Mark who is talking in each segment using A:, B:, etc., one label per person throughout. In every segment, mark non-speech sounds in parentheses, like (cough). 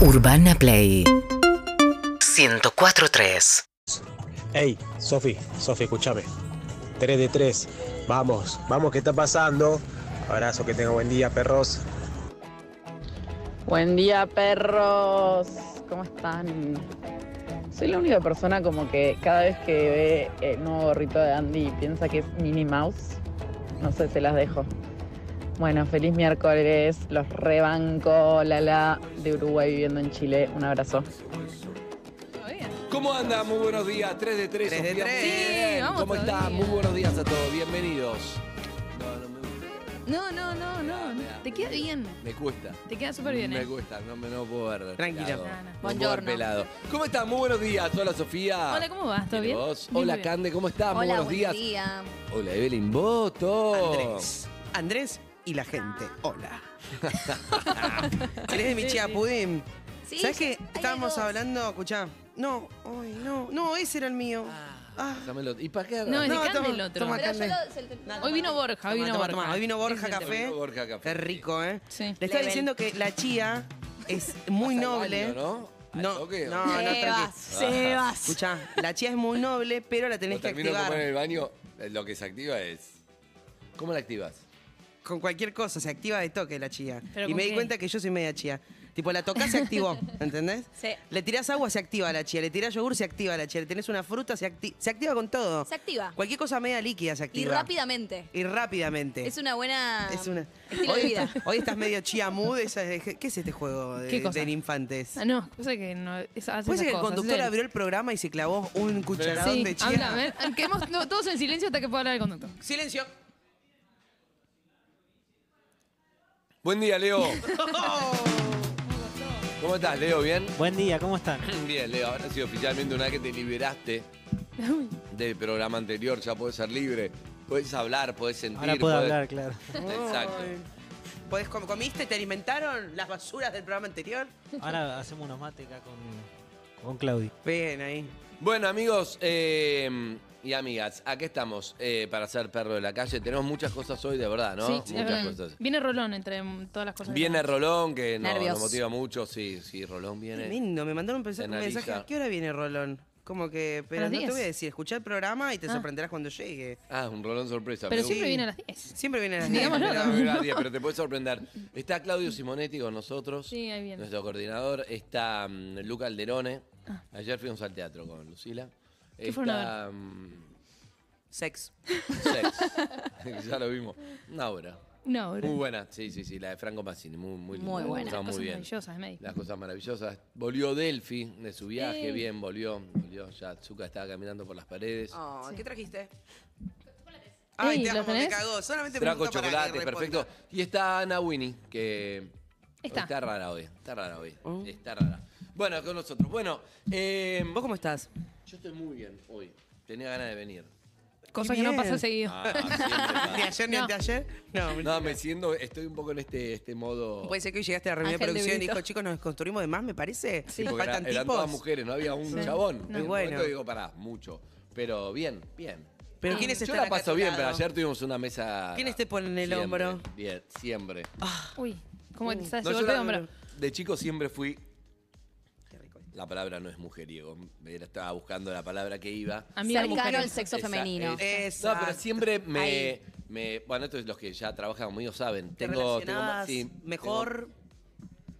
A: Urbana Play 104.3
B: Hey, Sofi, Sofi, escúchame. 3 de 3. Vamos, vamos, ¿qué está pasando? Abrazo, que tenga buen día, perros.
C: Buen día, perros. ¿Cómo están? Soy la única persona como que cada vez que ve el nuevo gorrito de Andy piensa que es Minnie Mouse. No sé, se las dejo. Bueno, feliz miércoles. Los rebanco, Lala, de Uruguay viviendo en Chile. Un abrazo.
D: ¿Cómo anda? Muy buenos días, 3 de 3.
E: 3 de
D: Sofía.
E: tres.
D: Muy bien.
E: Sí, vamos
D: ¿Cómo están?
E: todavía.
D: Muy buenos días a todos, bienvenidos. No, no me gusta.
E: No, no, no, no.
D: Nada.
E: Te queda bien.
D: Me cuesta.
E: Te queda súper bien,
D: Me
E: eh.
D: cuesta, no me no puedo ver.
F: Tranquila.
D: pelado.
E: No, no.
D: No puedo ver
E: Buongiorno.
D: pelado. ¿Cómo están? Muy buenos días. Hola Sofía.
E: Hola, ¿cómo vas? ¿Todo
D: ¿Y
E: bien?
D: vos?
E: Bien,
D: Hola
E: bien.
D: Cande, ¿cómo estás? muy
G: Hola,
D: buenos
G: buen
D: días.
G: día.
D: Hola Evelyn Boto.
F: Andrés. Oh. Andrés y la gente.
G: Ah.
F: Hola. ¿Querés de mi chía pudín?
G: Sí, ya-
F: ¿Sabes qué?
G: hay de
F: Estábamos
G: dos.
F: hablando, escuchá. No, ay, no, no, ese era el mío. Ah.
D: Dámelo. ¿Y para qué?
E: No, es de
F: No,
E: Cande
F: toma,
E: el otro.
F: toma,
G: Pero yo
F: Cande.
G: lo- se lo- no,
E: Hoy vino
G: no,
E: Borja, hoy
F: Tomá,
E: vino
F: tomá,
E: Borja.
F: tomá. Hoy vino Borja
E: Es el
F: Café.
D: Borja Café.
F: Qué rico, ¿eh?
E: Sí.
F: Le estaba
G: Level.
F: diciendo que la chía es muy
D: Vas al
F: noble.
D: baño, ¿no? ¿Al
F: No,
D: toque o
F: no,
D: no?
F: no, tranqui.
G: Sebas, Sebas.
F: Escuchá, la chía es muy noble, pero la tenés
D: Cuando
F: que
D: termino de comer en
F: activar.
D: el baño, eh, lo que se activa es. ¿Cómo la activas?
F: Con cualquier cosa, se activa de toque la chía.
E: ¿Pero
F: Y
E: con
F: me di
E: qué?
F: cuenta que yo soy media chía. Tipo, la tocás, se activó, ¿entendés?
G: Sí.
F: Le tirás agua, se activa la chía. Le tirás yogur, se activa la chía. Le tenés una fruta, se, acti- se activa con todo.
G: Se activa.
F: Cualquier cosa media líquida se
G: Y
F: activa.
G: rápidamente.
F: Y rápidamente.
G: Es una buena.
F: Es una-
G: Estilo
F: hoy,
G: de vida.
F: hoy estás medio chía mood. esa es- ¿Qué es este juego de,
E: ¿Qué cosa?
F: del infantes?
E: Ah, no, cosa que no. es- hace
F: Puede
E: esas
F: ser que el
E: cosas,
F: conductor
E: es él.
F: abrió el programa y se clavó un cucharadón
E: Sí,
F: de chía.
E: habla, a ver. Quedemos no, todos en silencio hasta que pueda hablar el conductor.
F: Silencio.
D: Buen día,
E: (laughs)
D: Leo. (laughs) ¿Cómo estás, Leo? ¿Bien? (clears throat)
H: Buen día, ¿cómo están?
D: Bien, Leo, ahora sí, oficialmente una vez que te liberaste del programa anterior, ya podés ser libre, podés hablar, podés sentir.
H: Ahora puedo
D: podés-
H: hablar, claro.
D: Exacto.
F: Ay. ¿Podés com- ¿Comiste? ¿Te alimentaron las basuras del programa anterior?
H: Ahora hacemos unos mates acá con, con Claudi.
F: Ven ahí.
D: Bueno, amigos eh, y amigas, aquí estamos eh, para ser perro de la calle. Tenemos muchas cosas hoy, de verdad, ¿no?
E: Sí, es
D: muchas
E: verdad.
D: cosas.
E: Viene Rolón entre mm, todas las cosas. de
D: Viene
E: la-
D: Rolón, que no- nos
G: Nervios.
D: motiva mucho. Sí, sí, Rolón viene.
F: Tremendo, me mandaron un mensaje, un
D: analiza.
F: mensaje, ¿a qué hora viene Rolón? Como que, pero
E: las
F: no te
E: 10.
F: voy a decir, escuchá el programa y te
E: Ah.
F: sorprenderás cuando llegue.
D: Ah, un Rolón sorpresa.
E: Pero
D: me
E: siempre
D: gusta.
E: viene a las 10.
F: Siempre viene a las 10,
E: (laughs) Digámoslo,
F: pero-
E: también.
D: Gracias, pero te puede sorprender. Está Claudio Simonetti con nosotros.
E: Sí, ahí viene.
D: Nuestro coordinador. Está mm, Luca Alderone. Ayer fuimos al teatro con Lucila.
E: Ah. ¿Qué fueron a
D: Está mm,
F: Sex.
D: Sex. (laughs) ya lo vimos. Una obra.
E: Una hora.
D: Muy buena. Sí, sí, sí. La de Franco Massini. Muy, muy, linda,
G: Muy
D: me
G: buena.
D: gustó
E: Cosas
D: uh, Muy bien.
E: maravillosas de Medi.
D: Las cosas maravillosas. Volvió Delphi de su viaje.
E: Eh.
D: Bien, volvió. Volvió. Ya Zuka estaba caminando por las paredes.
F: Oh, ¿Qué trajiste?
E: Ey,
F: Ay, te
E: ¿lo
F: amo, me
E: tenés?
F: cagó. Solamente
D: Trajo
F: pregunto para que
D: chocolate,
F: responda.
D: perfecto. Y está Ana Winnie, que
E: Está.
D: rara hoy. Está rara hoy.
F: Oh.
D: Está rara. Bueno, con nosotros. Bueno, eh,
F: ¿Vos cómo estás?
D: yo estoy muy bien hoy. Tenía ganas de venir.
E: Cosa
F: Qué
E: que no
F: bien.
E: pasa seguido.
D: Ah,
F: (laughs)
D: siempre
F: ¿De
D: pasa.
F: ayer ni
E: No.
F: anteayer? No,
D: no, me siento, estoy un poco en este, este modo.
F: Puede ser que hoy llegaste a la reunión
E: Ángel
F: de
E: de
F: producción y
E: Brito.
F: dijo, chicos, nos construimos de más, me parece.
D: Sí, porque
F: Faltan
D: era- eran
F: tipos.
D: todas mujeres, no había un chabón.
F: No.
D: En un
F: Bueno.
D: momento digo, pará, mucho. Pero bien, bien.
F: Pero ¿quiénes
D: Yo
F: están
D: la
F: acá a
D: paso
F: tu
D: bien,
F: lado?
D: pero ayer tuvimos una mesa.
F: ¿Quiénes te ponen el
D: Siempre,
F: hombro? Ah.
D: Bien, siempre.
E: Uy, ¿cómo que te estás
D: Uh. No, yo
E: golpe de
D: la-
E: hombro?
D: De chico siempre fui. La palabra no es mujeriego. Era- Estaba buscando la palabra que iba.
E: Amiga de
G: Cercano al
E: mujeres.
G: sexo
D: Esa-
G: femenino.
D: eh,
F: Exacto.
D: No, pero siempre me,
G: Ahí.
D: me- Bueno, esto es los que ya trabajan conmigo saben.
F: ¿Te
D: Tengo. tengo
F: relacionabas
D: más- sí,
F: mejor?
D: tengo-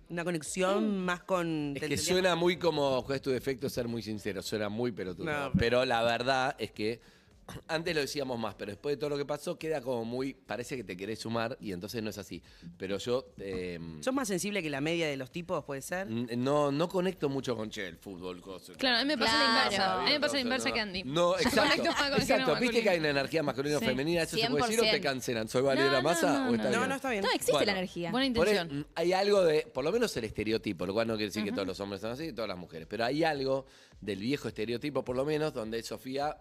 D: Mm.
F: ¿Una conexión más con...?
D: es
F: te
D: que
F: entendías
D: suena muy como. ¿Cuál es tu defecto? Ser muy sincero. Suena muy pelotudo.
F: No,
D: pero... la verdad es que. (clears throat) Antes lo decíamos más, pero después de todo lo que pasó, queda como muy. Parece que te querés sumar y entonces no es así. Pero yo. eh,
F: ¿Sos más sensible que la media de los tipos, puede ser?
D: N- No, no conecto mucho con che, el fútbol, cosas.
E: Claro, a mí me pasa la
G: Claro.
E: inversa. A mí me pasa la
D: No,
E: inversa
D: no.
E: que Andy.
D: No,
E: Yo
D: exacto.
E: conecto más con el género
D: exacto, viste que hay
E: masculino.
D: una energía masculina o
E: Sí.
D: femenina, eso se puede decir o te
G: 100%.
D: cancelan. ¿Soy Valeria
E: No, no,
D: Massa
E: no,
D: o está
E: no.
D: bien?
F: No, no, está bien.
G: No, existe
D: Bueno.
G: la energía.
E: Buena
D: Por ahí,
E: intención.
D: mm, hay algo de, por lo menos el estereotipo, lo cual no quiere decir que todos los hombres son así, todas las mujeres, pero hay algo del viejo estereotipo, por lo menos, donde Sofía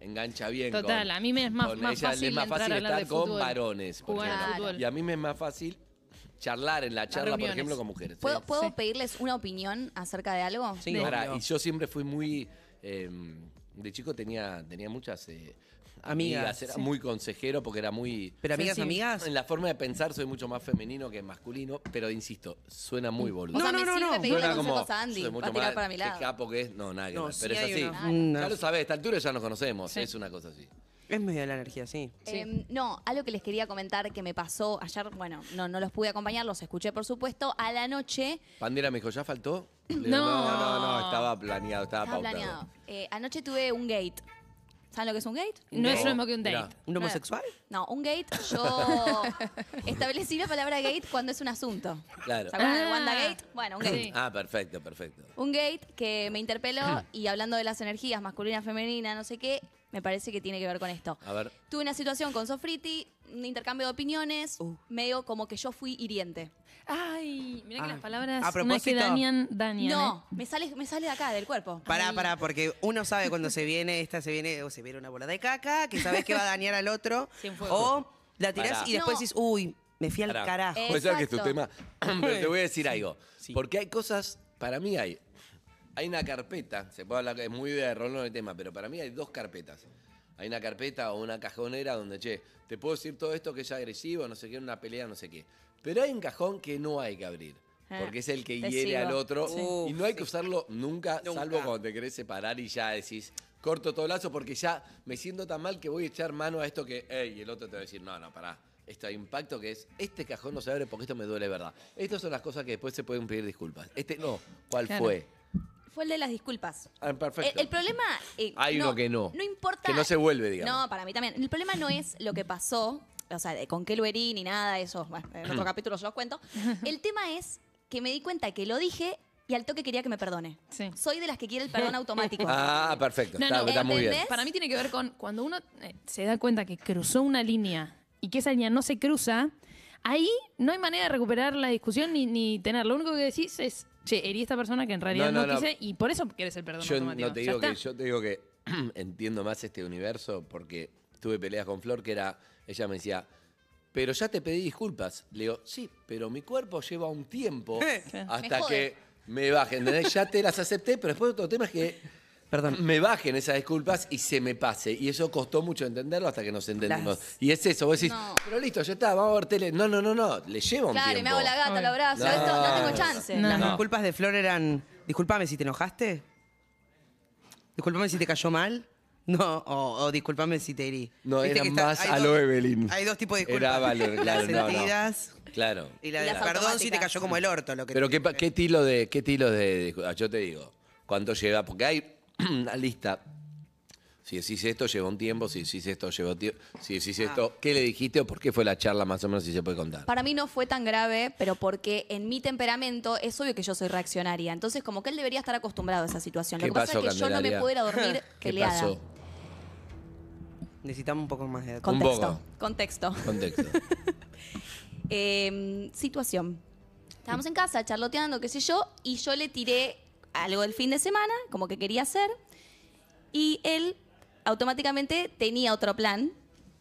D: engancha bien.
E: Total,
D: con-
E: a mí me es más-
D: con
E: más
D: ella le
E: fácil
D: es más
E: entrar a
D: fácil
E: hablar
D: estar
E: de
D: con
E: fútbol,
D: varones. por
E: jugar al
D: ejemplo.
E: fútbol.
D: Y a mí me es más fácil charlar en la charla, por
E: reuniones.
D: ejemplo, con mujeres.
G: ¿Puedo,
D: Sí.
G: puedo
E: Sí.
G: pedirles una opinión acerca de algo?
F: Sí,
D: Pará,
F: obvio.
D: em, y yo siempre fui muy. eh, de chico tenía, tenía muchas eh,
F: Amigas,
D: Era
F: sí.
D: muy consejero porque era muy.
F: Pero amigas,
E: Sensible.
F: amigas.
D: En la forma de pensar soy mucho más femenino que masculino, pero insisto, suena muy boludo.
G: O sea,
F: No,
G: me
F: no, no,
G: sirve
F: no.
G: pedirle
D: Suena
G: consejos a Andy
D: soy mucho
G: para tirar
D: más-
G: para mi lado.
D: Qué capo que es. No, nada que
F: No,
D: ver,
F: sí
D: Pero
F: hay
D: es así.
F: una- una-
D: Ya lo sabés, a esta altura ya nos conocemos.
E: Sí.
D: Es una cosa así.
F: Es medio la energía, sí.
G: Eh, no, algo que les quería comentar que me pasó ayer, bueno, no, no los pude acompañar, los escuché por supuesto, a la noche
F: Ah,
D: Pandera me dijo, ¿ya faltó? Le digo,
E: No.
D: no, no, no, estaba planeado, estaba,
G: estaba
D: pautado.
G: planeado. Eh, anoche tuve un gate. ¿Saben lo que es un gate?
E: No es lo mismo que un
D: Mirá.
E: date.
F: ¿Un homosexual?
G: No, un gate,
F: (laughs)
G: yo establecí la palabra gate cuando es un asunto.
D: Claro.
G: ¿Se acuerdan del
E: Ah.
G: Wanda Gate? Bueno, un gate.
E: Sí.
D: Ah, perfecto, perfecto.
G: Un gate que me interpeló y hablando de las energías masculina, femenina, no sé qué, me parece que tiene que ver con esto.
D: A ver.
G: Tuve una situación con Sofriti, un intercambio de opiniones,
D: Uh.
G: medio como que yo fui hiriente.
E: Ay, mira que
F: Ah.
E: las palabras
F: A
E: una vez que
F: propósito-
E: dañan, dañan.
G: No, me sale, me sale de acá, del cuerpo.
F: Pará, pará, porque uno sabe cuando se viene, esta se viene, o se viene una bola de caca, que sabes que va a dañar al otro.
E: Sin fuego.
F: O la tirás
D: Pará.
F: y después
G: No.
F: decís, uy, me fui al
D: Pará.
F: carajo.
G: Eh,
D: Puede ser que es tu tema, (clears throat)
G: Exacto.
D: pero te voy a decir algo.
F: Sí.
D: Porque hay cosas, para mí hay, hay una carpeta, se puede hablar, es muy de rolón el tema, pero para mí hay dos carpetas. Hay una carpeta o una cajonera donde, che, te puedo decir todo esto que es agresivo, no sé qué, una pelea, no sé qué. Pero hay un cajón que no hay que abrir.
G: Ah,
D: Porque es el que
G: te
D: hiere
G: sigo.
D: al otro.
F: Sí.
D: Y no hay que
F: Uf,
D: usarlo nunca,
F: Nunca.
D: salvo cuando te querés separar y ya decís, corto todo lazo porque ya me siento tan mal que voy a echar mano a esto que, ey, y el otro te va a decir, no, no, pará. Esto hay impacto que es, este cajón no se abre porque esto me duele, de ¿verdad? Estas son las cosas que después se pueden pedir disculpas. Este no, ¿cuál
E: Claro.
D: fue?
G: Fue el de las disculpas.
D: Ah, perfecto.
G: El, el problema. eh,
D: Hay uno que no.
G: No importa.
D: Que no se vuelve, digamos.
G: No, para mí también. El problema no es lo que pasó, o sea, de con qué lo herí ni nada, eso. Bueno,
D: (clears throat)
G: en otro capítulo se los cuento. El tema es que me di cuenta que lo dije y al toque quería que me perdone.
E: ¿eh? Sí.
G: Soy de las que quiere el
E: (laughs)
G: perdón automático.
D: Ah, perfecto.
E: No,
D: está,
E: no,
D: está muy bien.
G: ¿entendés?
E: Para mí tiene que ver con cuando uno eh, se da cuenta que cruzó una línea y que esa línea no se cruza, ahí no hay manera de recuperar la discusión ni, ni tener. Lo único que decís es, che, herí a esta persona que en realidad
D: No,
E: no,
D: no, no.
E: quise y por eso querés el perdón
D: Yo
E: automático.
D: no te
E: Ya
D: digo que
E: está.
D: yo te digo que (clears throat) entiendo más este universo porque tuve peleas con Flor que era ella me decía pero ya te pedí disculpas. Le digo, sí, pero mi cuerpo lleva un tiempo hasta
G: (laughs) Me jode.
D: que me bajen. ¿entendés? Ya te las acepté, pero después otro tema es que
F: Perdón.
D: me bajen esas disculpas y se me pase. Y eso costó mucho entenderlo hasta que nos entendimos.
F: Las-
D: Y es eso, vos decís,
G: No.
D: pero listo, ya está, vamos a ver tele. No, no, no, no, le lleva un
G: Claro, y
D: tiempo.
G: me hago la gata,
E: Obvio.
G: lo abrazo.
D: No.
G: esto no tengo chance.
E: No.
F: Las
D: No.
F: disculpas de Flor eran, disculpame si te enojaste. Disculpame si te cayó mal. No, o, o disculpame si te herí.
D: No,
F: Viste
D: eran
F: que está-
D: más
F: hay
D: a
F: dos-
D: lo Evelyn.
F: Hay dos tipos de disculpas.
D: Era valor, claro,
F: Las
D: no, no.
F: sentidas
D: Claro.
F: y la
G: Y
F: del
G: las
F: perdón si te
G: automáticas.
F: cayó como el orto. Lo que
D: Pero
F: te
D: qué, pa-
F: dije.
D: qué tilo de, qué tilo de, de- ah, yo te digo, cuánto lleva, porque hay (clears throat) una lista. Si decís esto, lleva un tiempo, si decís esto, lleva tiempo, si decís esto, ¿qué le dijiste o por qué fue la charla más o menos si se puede contar?
G: Para mí no fue tan grave, pero porque en mi temperamento es obvio que yo soy reaccionaria. Entonces, como que él debería estar acostumbrado a esa situación. Lo
D: ¿Qué
G: que pasa
D: pasó,
G: es que yo no me
D: Candelaria?
G: puedo ir a dormir
D: ¿Qué
G: peleada.
D: pasó?
F: Necesitamos un poco más de
D: Con-
G: Contexto.
D: poco.
G: Contexto.
D: Contexto.
G: Eh, situación. Estábamos en casa charloteando, qué sé yo, y yo le tiré algo del fin de semana, como que quería hacer, y él automáticamente tenía otro plan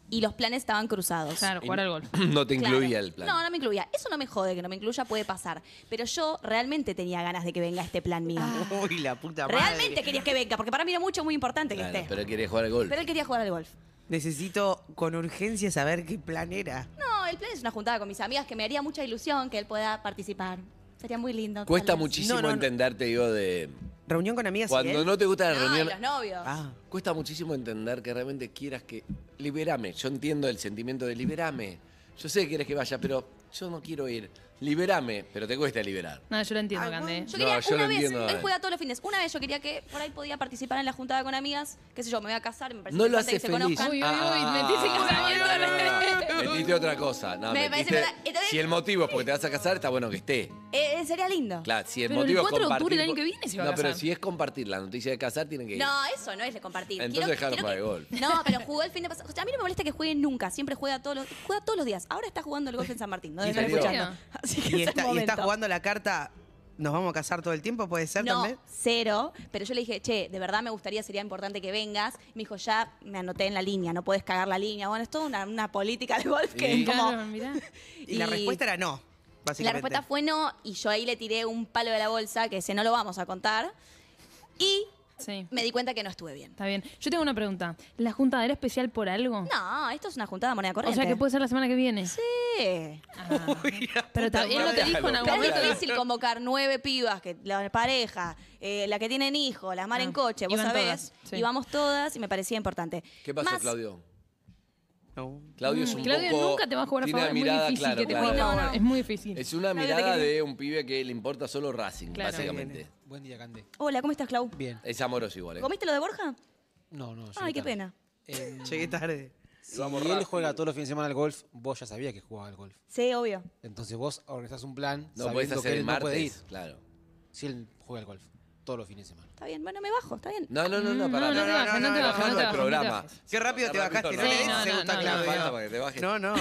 G: y los planes estaban cruzados.
E: Claro, jugar al golf.
D: (clears throat) No te
G: Claro.
D: incluía el plan.
G: No, no me incluía. Eso no me jode, que no me incluya puede pasar. Pero yo realmente tenía ganas de que venga este plan mío.
F: (laughs) Uy, la puta madre.
G: realmente quería que venga, porque para mí era mucho, muy importante que
D: Claro,
G: esté.
D: pero querés jugar al golf.
G: pero él quería jugar al golf.
F: Necesito con urgencia saber qué plan era.
G: No, el plan es una juntada con mis amigas que me haría mucha ilusión que él pueda participar. Sería muy lindo.
D: Cuesta
G: tal vez.
D: muchísimo
F: No, no, no.
D: entenderte, digo, de.
F: Reunión con amigas. y
D: Cuando
F: él?
D: no te gusta la
G: No,
D: reunión.
G: y los novios. (laughs)
F: Ah,
D: Cuesta muchísimo entender que realmente quieras que. Liberame. Yo entiendo el sentimiento de liberame. Yo sé que quieres que vaya, pero yo no quiero ir. Liberame, pero te cuesta liberar.
E: No, yo lo entiendo,
F: Ah,
E: Cande.
F: bueno,
G: Yo
D: No,
G: quería
D: yo
G: una
D: lo
G: vez,
D: entiendo,
G: él
D: eh.
G: juega todos los fines. Una vez yo quería que por ahí podía participar en la juntada con amigas, qué sé yo, me voy a casar, me parece
D: No lo
G: importante
D: hace
G: que se
D: feliz. Ah,
G: conozcan.
E: Uy, uy, uy, metiste en casamiento.
D: no, no, no. ah, Metiste otra cosa. No,
G: Me parece
D: metiste-
G: verdad. Entonces-
D: si el motivo es porque te vas a casar, está bueno que esté.
G: Eh, sería lindo.
D: Claro, si el
E: Pero el
D: motivo
E: 4 de
D: es compartir.
E: octubre del año que viene se va a
D: No, pero
E: casar.
D: si es compartir la noticia de casar, tienen que ir.
G: No, eso no es de compartir.
D: Entonces
G: Quiero-
D: dejalo
G: quiero
D: para
G: que-
D: el golf.
G: No,
D: (laughs)
G: pero jugó el fin de pasado. O sea, a mí no me molesta que juegue nunca. Siempre juega todos los, juega todos los días. Ahora está jugando el golf en San Martín. No
D: ¿En
G: debe estar
D: serio?
G: escuchando. (laughs) Así que es
F: y,
G: el
F: está, y está
G: momento.
F: jugando la carta. ¿Nos vamos a casar todo el tiempo? ¿Puede ser
G: No,
F: también?
G: cero. Pero yo le dije, che, de verdad me gustaría, sería importante que vengas. Me dijo, ya me anoté en la línea, no puedes cagar la línea. Bueno, es toda una, una política de golf que
D: Y-
G: es como.
E: Claro, mirá.
F: Y, la respuesta era no,
G: Y La
F: básicamente.
G: respuesta fue no, y yo ahí le tiré un palo de la bolsa que ese no lo vamos a contar. Y
E: Sí,
G: me di cuenta que no estuve bien.
E: está bien. Yo tengo una pregunta. ¿La junta era especial por algo?
G: No, esto es una juntada de moneda
E: o
G: corriente.
E: sea que puede ser la semana que viene.
G: Sí.
E: Ah.
F: la
E: Pero
F: puta
E: ta- él lo
D: madre.
E: te dijo en algún
D: Claro.
G: Pero es
E: momento.
G: difícil convocar nueve pibas, que la pareja, eh, la que tienen hijos, las mar
E: Ah,
G: en coche, vos
E: iban
G: sabés.
E: todas, sí.
G: Íbamos todas y me parecía importante.
D: ¿Qué pasó,
G: Más-
D: Claudio?
F: No.
D: Claudio es
E: Mm,
D: un
E: Claudio
D: poco...
E: nunca te va a jugar a
D: tiene
E: favor. Es muy
D: una mirada,
E: difícil
D: claro,
E: que te
D: claro.
E: juegue a favor.
G: No, no.
E: Es muy difícil.
D: Es una
E: Claudio te
D: mirada
E: quiere-
D: de un pibe que le importa solo Racing,
E: Claro.
D: básicamente.
H: Buen día, Cande.
G: Hola, ¿cómo estás, Clau?
H: Bien.
D: Es amoroso igual, ¿eh?
G: ¿Comiste lo de Borja?
H: No, no. llegué
G: Ay, qué
H: tarde.
G: pena.
H: Em,
F: Llegué tarde.
H: si él juega todos los fines de semana al golf, vos ya sabías que jugaba al golf.
G: Sí, obvio.
H: Entonces vos organizás un plan
D: No podés
H: sabiendo
D: hacer
H: que
D: el
H: él no puede ir.
D: martes, claro.
H: Si él juega al golf todos los fines de semana.
G: Está bien, bueno, me bajo, está bien.
D: No, no, no, no,
E: Mm,
D: pará.
E: no, no,
D: pará.
E: te bajes, no, te bajes,
D: Bajalo
E: no te
D: del
E: bajes, no te
D: programa.
E: bajes.
F: Qué rápido te
D: Rápido,
F: bajaste. No,
D: no.
F: le des
E: No,
F: ese
E: no,
F: gusto a
E: no,
D: No,
E: Claudio.
D: falta
F: Claudia.
D: para que te bajes.
F: No, no.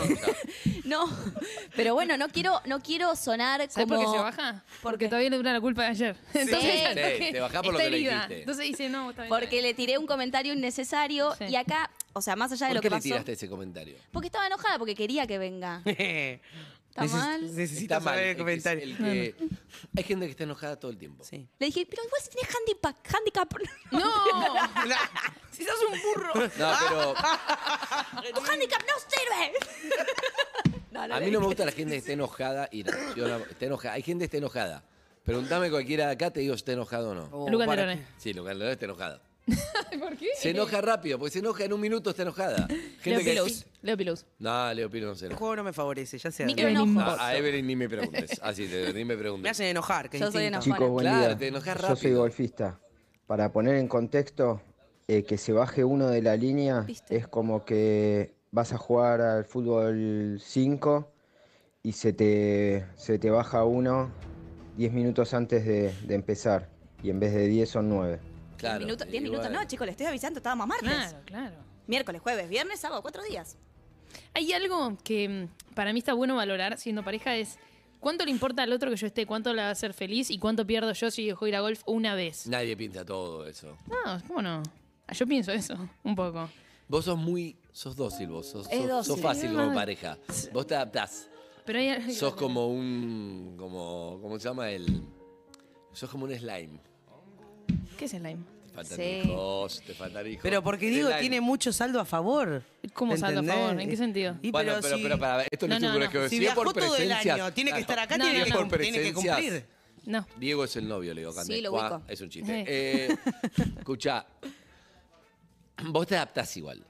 G: No, (laughs) pero bueno, no quiero, no quiero sonar
E: ¿Sabes
G: como.
E: por qué se baja? Porque
G: qué?
E: todavía le dura la culpa de ayer. Entonces,
G: Sí,
E: porque
D: te bajás por lo
E: está
D: que le
E: herida.
D: dijiste.
E: Entonces dice, no, está bien, está
G: Porque le tiré un comentario innecesario
E: Sí.
G: y acá, o sea, más allá de
D: ¿Por
G: lo
D: qué
G: que
D: le
G: pasó.
D: tiraste ese comentario?
G: Porque estaba enojada, porque quería
D: (laughs)
G: que venga.
F: Está
G: Neces- mal?
F: Necesito saber
D: es
F: el
D: que
F: comentario.
D: es el que- Hay gente que está enojada todo el tiempo.
F: Sí.
G: Le dije, pero igual si tenés handicap. handicap
E: bien. ¡No! si sos un burro.
D: No, pero
F: (laughs)
G: (laughs) ¡Tu handicap no sirve! no,
D: a
G: le
D: mí no me
G: dije.
D: gusta la gente que está enojada y reacciona- está enojada. Hay gente que está enojada. Preguntame cualquiera de acá, te digo si está enojado o no.
E: Lucas
F: Oh, para-
E: Lerones.
D: Sí, lo que lo está
G: (laughs)
D: enojada.
E: ¿Por qué?
D: Se enoja rápido, porque se enoja en un minuto, está
G: (laughs)
D: enojada.
E: Leo
D: Gente que...
E: Pilos. Leo Pilos.
D: No, Leo Pino no se
F: El
D: enoja.
F: juego no me favorece, ya sea.
G: Micro
E: Evelyn
G: enojo.
D: No, a Evelyn ni me preguntes. Así, te, ni me preguntes.
F: (laughs) Me hacen enojar, que es
G: Yo soy
F: distinto.
G: enojona.
A: Chicos, buen
D: Claro,
A: día.
D: te enojás
A: Yo soy
D: rápido.
A: golfista. Para poner en contexto, eh, que se baje uno de la línea
G: ¿Viste?
A: es como que vas a jugar al fútbol 5 y se te, se te baja uno 10 minutos antes de, de empezar. Y en vez de 10 son 9.
D: Claro,
G: 10 minutos, diez
D: y
G: minutos
D: bueno.
G: no, chicos, le estoy avisando, estábamos martes.
E: Claro, claro.
G: Miércoles, jueves, viernes, sábado, cuatro días.
E: Hay algo que mm, para mí está bueno valorar siendo pareja es cuánto le importa al otro que yo esté, cuánto la va a hacer feliz y cuánto pierdo yo si dejo ir a golf una vez.
D: Nadie pinta todo eso.
E: No, ¿cómo no? Ah, Yo pienso eso, un poco.
D: Vos sos muy. sos dócil vos. Sos,
G: Es
D: sos- sos
G: dócil.
D: fácil como pareja. Vos te adaptás.
E: Pero hay
D: Sos como un. como. ¿cómo se llama el. Sos como un slime.
E: ¿Qué es slime?
D: Te faltan
G: Sí.
D: hijos, te faltan hijos.
F: Pero porque
D: El
F: digo,
D: slime.
F: tiene mucho saldo a favor.
E: ¿Cómo saldo a
F: ¿entendés?
E: favor? ¿En qué sentido?
F: Y
D: bueno, pero,
F: pero
D: pero,
F: si-
D: para, esto no,
E: No,
D: es
E: no,
D: un
E: no.
D: que
F: Si
D: decía
F: viajó
D: por
F: todo el
D: presencias.
F: año, tiene que estar acá,
E: No,
F: tiene,
E: no,
F: que,
E: no.
F: tiene que
D: Presencias.
F: cumplir.
E: No.
D: Diego es el novio, le digo, Cande.
G: Sí, lo
D: Juan,
G: ubico.
D: Es un
E: Sí.
D: chiste. Eh, escuchá, vos te adaptás igual.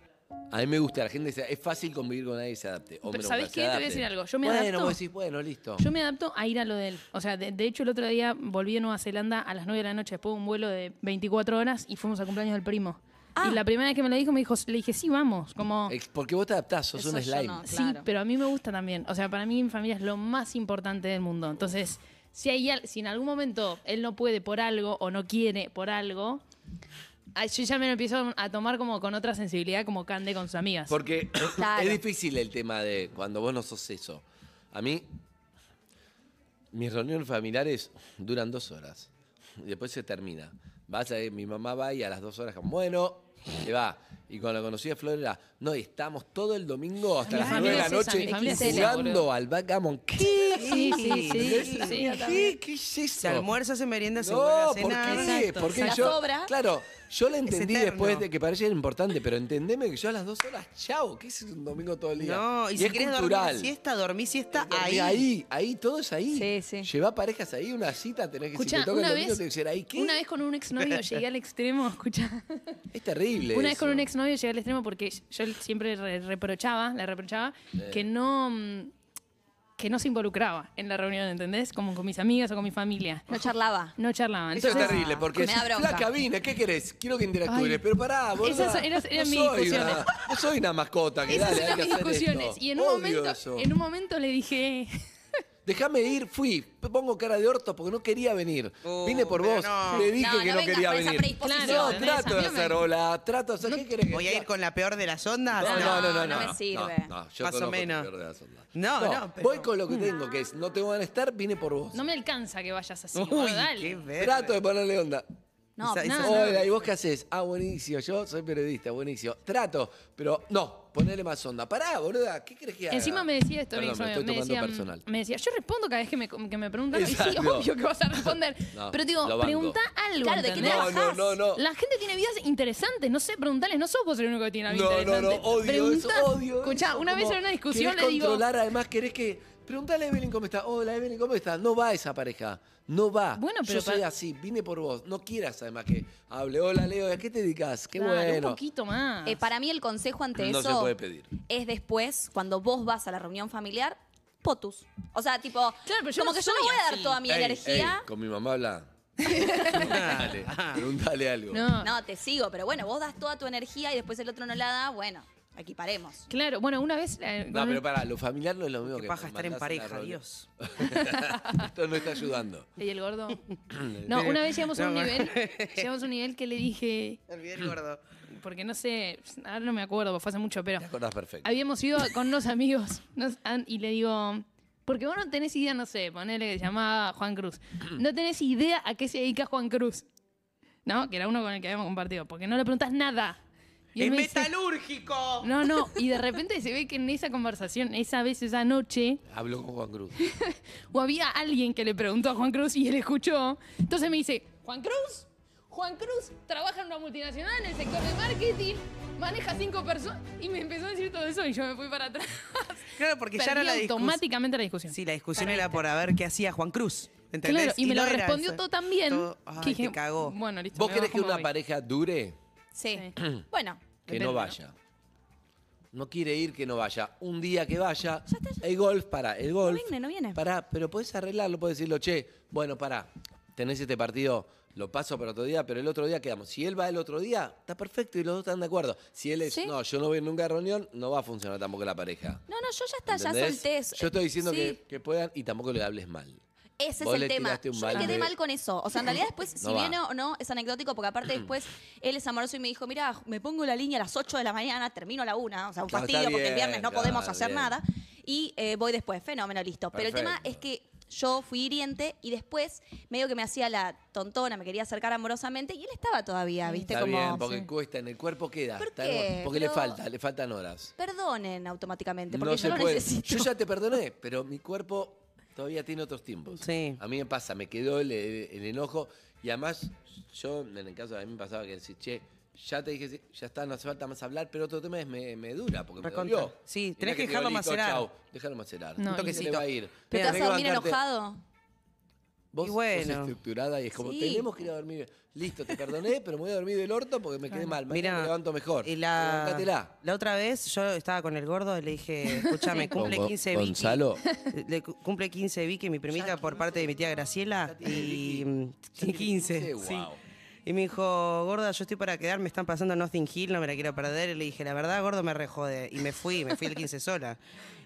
D: A mí me gusta, la gente dice, es fácil convivir con nadie que se adapte. Hombre,
E: Pero
D: mujer,
E: ¿sabés
D: se
E: qué? Te voy a
D: adapte.
E: decir algo. Yo me
D: bueno,
E: adapto.
D: vos decís, bueno, listo.
E: Yo me adapto a ir a lo de él. O sea, de, de hecho, el otro día volví de Nueva Zelanda a las 9 de la noche después de un vuelo de 24 horas y fuimos a cumpleaños del primo. Y la primera vez que me lo dijo, me dijo, le dije, sí, vamos. Como,
D: Eh, Porque vos te adaptás, sos
G: Eso
D: un
G: yo
D: slime.
G: no.
E: sí,
G: claro.
E: pero a mí me gusta también. O sea, para mí mi familia es lo más importante del mundo. Entonces, si, hay, al- si en algún momento él no puede por algo o no quiere por algo, ah, yo ya me lo empiezo a tomar como con otra sensibilidad, como Cande con sus amigas.
D: Porque
E: (coughs)
G: Claro.
D: es difícil el tema de cuando vos no sos eso. A mí, mis reuniones familiares duran dos horas. Y después se termina. Vas a, mi mamá va y a las dos horas, como, bueno, se va. Y cuando conocí a Flor era, no, y estamos todo el domingo hasta
E: Mi
D: las nueve
E: familia
D: de la
E: es esa,
D: noche
E: mi familia es esa,
D: jugando
E: boludo.
D: al backgammon. ¿Qué?
E: Sí, sí, sí. sí, sí.
D: ¿Qué? ¿Qué es eso?
F: Se almuerza, se merienda, se vuelve
D: No,
F: a
D: ¿por
F: cenar.
D: qué?
E: Exacto,
D: Porque
G: exacto.
D: yo,
G: La sobra.
D: claro, yo la entendí
F: eterno.
D: después de que parecía importante, pero entendeme que yo a las dos horas, chao, ¿qué es un domingo todo el día?
F: No, y, si
D: es
F: querés
D: cultural.
F: dormir siesta, dormí siesta
D: Dormí
F: ahí.
D: ahí, ahí, todo es ahí.
G: Sí, sí.
D: Llevá parejas ahí, una cita, tenés que si
E: Escucha,
D: te toca el
E: una
D: domingo,
E: vez,
D: tenés que ser ahí. ¿Qué?
E: una vez con un
D: (laughs)
E: exnovio llegué al extremo, escucha.
D: Es terrible.
E: Una vez
D: eso.
E: con un exnovio llegué al extremo porque yo siempre re- reprochaba, le reprochaba que no mm, que no se involucraba en la reunión, ¿entendés? Como con mis amigas o con mi familia.
G: No charlaba.
E: No charlaban.
D: Eso es
E: Entonces,
D: terrible, porque
G: me
D: si
G: da bronca.
D: flaca vine, ¿qué querés? Quiero que interactúes,
E: Ay.
D: pero pará, boludo.
E: Esas eran- eran mis discusiones.
D: Una, no soy una mascota, que
E: esas
D: dale, hay
E: eran
D: que
E: mis
D: hacer
E: discusiones.
D: esto.
E: Y en un,
D: Odio
E: momento,
D: eso.
E: en un momento le dije,
D: Déjame ir, fui. Pongo cara de orto porque no quería venir.
F: Oh,
D: Vine por
F: pero
D: vos.
F: no.
D: Te dije
G: No,
D: que
G: no
D: no
G: vengas
D: quería
G: con esa
D: venir.
G: predisposición.
E: Claro,
D: No, trato de
E: no me-
D: hacer hola. Trato de hacer. ¿Qué querés que
F: Voy a ir
D: sea?
F: con la peor de las ondas.
D: No, no, no, no.
G: No, no me
D: no,
G: sirve.
D: no, yo
F: Más o
D: conozco tu
F: menos.
D: peor de las ondas.
F: No, no, pero-
D: Voy con lo que tengo, que es no te van a estar, vine por vos.
E: no me alcanza que vayas así.
F: Uy,
E: boludo,
F: qué
E: dale.
F: verde.
D: Trato de ponerle onda.
G: No,
F: Esa- esa-
E: no, no.
D: Hola, ¿y vos qué haces? Ah, buenísimo, yo soy periodista, buenísimo. Trato, pero no, ponele más onda. Pará, boluda, ¿qué crees que haga?
E: Encima me decía esto, mi
D: Perdón, me
E: exnovio,
D: estoy
E: me,
D: tomando
E: decía,
D: personal.
E: me decía, yo respondo cada vez que me, que me preguntan, y sí,
D: Exacto.
E: obvio que vas a responder.
D: No,
E: pero
D: lo
E: digo,
D: banco.
E: pregunta algo.
G: Claro, ¿de qué
E: ¿entendés?
D: No, no, no, no.
E: La gente tiene vidas interesantes, no sé, preguntales, no sos vos el único que tiene una vida
D: No, no,
E: interesante.
D: no, odio eso,
E: Preguntá.
D: odio
E: Escuchá,
D: eso,
E: una vez
D: como
E: en una discusión
D: querés
E: le digo,
D: controlar, además querés que... Preguntale a Evelyn cómo está. Hola, Evelyn, ¿cómo está? No va esa pareja. No va.
E: Bueno, pero
D: Yo soy
E: pa-
D: así, vine por vos. No quieras, además, que hable. Hola, Leo, ¿a qué te dedicas? Qué
E: "Claro,
D: bueno.
E: un poquito más.
G: Eh, para mí el consejo ante
D: No
G: eso
D: se puede pedir.
G: es después, cuando vos vas a la reunión familiar, potus. O sea, tipo,
E: pero yo
G: como
E: no
G: que yo no
E: soy
G: voy a dar
E: así.
G: toda mi
D: Ey,
G: energía.
D: ey, con mi mamá habla.
F: (laughs)
D: Dale,
F: Ah.
D: preguntale algo.
E: no.
G: No, te sigo, pero bueno, vos das toda tu energía y después el otro no la da, bueno, aquí paremos.
E: Claro, bueno, una vez... eh,
D: No,
E: con-
D: pero para, lo familiar no es lo mismo
F: Qué
D: que
F: paja estar en
D: mandás a la
F: pareja,
D: reunión.
F: Dios.
D: (laughs) Esto no está ayudando.
E: ¿Y el
D: (laughs)
E: gordo? No, una vez llegamos a un
F: No,
E: nivel, llegamos a un nivel que le dije,
F: Olvidé el gordo.
E: porque no sé, ahora no me acuerdo, porque fue hace mucho, pero...
D: Te acordás perfecto.
E: habíamos ido con unos amigos nos- an- y le digo, porque vos no tenés idea, no sé, ponele que se llamaba Juan Cruz. No tenés idea a qué se dedica Juan Cruz. ¿No? Que era uno con el que habíamos compartido, porque no le preguntás nada. Y él
F: ¡Es
E: me dice,
F: metalúrgico!
E: no, no, y de repente se ve que en esa conversación, esa vez, esa noche,
D: Habló con Juan Cruz.
E: o había alguien que le preguntó a Juan Cruz y él escuchó. Entonces me dice, Juan Cruz, Juan Cruz trabaja en una multinacional en el sector de marketing, maneja cinco personas. Y me empezó a decir todo eso y yo me fui para atrás.
F: Claro, porque ya
E: Perdí
F: era la discusión.
E: automáticamente la discusión.
F: Sí, la discusión era por a ver qué hacía Juan Cruz. ¿Entendés?
E: Claro, y me
F: no
E: lo
F: era
E: respondió
F: eso.
E: todo tan bien
F: Todo-
E: que
F: Ay,
E: dije,
F: te cagó.
E: Bueno, listo.
D: ¿Vos
E: me
D: querés
E: bajo,
D: que
E: me
D: una
E: voy.
D: pareja dure?
G: Sí. (clears throat) bueno,
D: Que
E: Depende, ¿no?
D: no vaya. No quiere ir, que no vaya. Un día que vaya, el golf, para, el golf.
G: viene, no viene.
D: Pará, pero podés arreglarlo, podés decirlo, che, bueno, pará, tenés este partido, lo paso para otro día, pero el otro día quedamos. Si él va el otro día, está perfecto y los dos están de acuerdo. Si él es,
G: Sí.
D: no, yo no voy nunca a reunión, no va a funcionar tampoco la pareja.
G: no, no, yo ya está, ya
D: ¿Entendés?
G: solté eso.
D: Yo estoy diciendo
G: Sí,
D: que, que puedan y tampoco le hables mal.
G: Ese
D: vos
G: es
D: le
G: el tema.
D: tiraste
G: Yo
D: un
G: me
D: balde.
G: quedé mal con eso. O sea, en realidad
D: (laughs)
G: después, si
D: No va. Mm.
G: viene o no, es anecdótico, porque aparte después él es amoroso y me dijo, mira, me pongo la línea a las 8 de la mañana, termino a la 1, o sea,
D: Claro,
G: un fastidio
D: está
G: porque el
D: bien,
G: viernes no
D: claro,
G: podemos hacer
D: bien.
G: nada. Y eh, voy después, fenómeno, listo. Pero el tema
D: Perfecto.
G: es que yo fui hiriente y después medio que me hacía la tontona, me quería acercar amorosamente y él estaba todavía, viste,
D: Mm. Está
G: Este como...
D: bien, porque cuesta, en el cuerpo queda.
G: ¿Por
D: está
G: qué?
D: hermoso. Porque le
G: Pero-
D: falta, le faltan horas.
G: Perdonen automáticamente, porque
D: No
G: yo
D: se
G: lo
D: puede.
G: necesito.
D: Yo ya te perdoné, pero mi cuerpo todavía tiene otros tiempos.
F: Sí.
D: A mí me pasa, me quedó el, el enojo. Y además, yo, en el caso de mí me pasaba que decís, che, ya te dije, sí, ya está, no hace falta más hablar, pero otro tema es me, me dura, porque me
F: Recontra.
D: dolió.
F: Sí,
D: Y no
F: tenés
D: es
F: que
D: te digo,
F: dejarlo
D: "Listo,
F: macerar".
D: chau, dejarlo macerar.
E: No, Un
F: toquecito.
D: Se le va a ir.
G: ¿Pero
D: Tenés
G: te
F: Mira,
G: vas a
D: que
G: dormir
D: bancarte-
G: enojado?
D: Vos,
F: Y
D: sos
F: bueno.
D: estructurada y es como,
G: Sí.
D: tenemos que ir a dormir. bien". Listo, te perdoné, pero me voy a dormir del orto porque me quedé mal. Mañana
F: Mirá,
D: me levanto mejor.
F: y la,
D: Bancátela.
F: (laughs) la otra vez yo estaba con el gordo y le dije,
E: (laughs)
F: escúchame, cumple
D: Con Go-
F: 15 Vicky.
D: Gonzalo.
F: Le cu- cumple 15 Vicky, mi primita, por parte de mi tía Graciela. Y mm, tiene 15.
D: Qué
F: sí.
D: guau.
F: Y me dijo, gorda, yo estoy para quedar, me están pasando Nothing Hill, no me la quiero perder. Y le dije, la verdad, gordo, me rejode. Y me fui, me fui el 15 sola.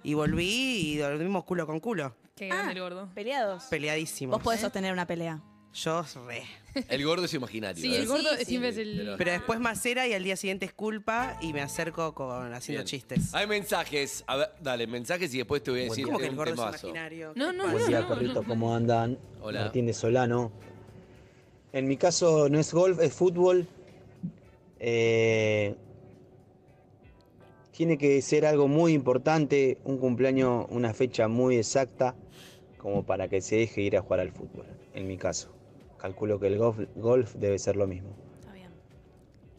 F: Y volví y dormimos culo con culo.
E: Qué grande el gordo.
G: Peleados. ¿Eh?
F: Peleadísimos.
G: Vos podés sostener una pelea.
F: Yo re.
D: El gordo es imaginario.
E: Sí,
D: ¿eh?
E: el gordo
G: sí,
E: siempre es el...
D: pero-
F: Pero después macera y al día siguiente es culpa y me acerco con haciendo
D: Bien.
F: chistes.
D: Hay mensajes. A ver, dale, mensajes y después te voy a decir
F: ¿Cómo que
D: un
F: el gordo es
D: temazo.
F: imaginario?
E: no, no,
I: Buen
E: no,
I: día,
E: no,
I: Carlito,
E: no.
I: ¿cómo andan?
D: Hola.
I: Martín de Solano. En mi caso no es golf, es fútbol. Eh, tiene que ser algo muy importante, un cumpleaños, una fecha muy exacta, como para que se deje ir a jugar al fútbol, en mi caso. Calculo que el golf, golf debe ser lo mismo.
E: Está bien.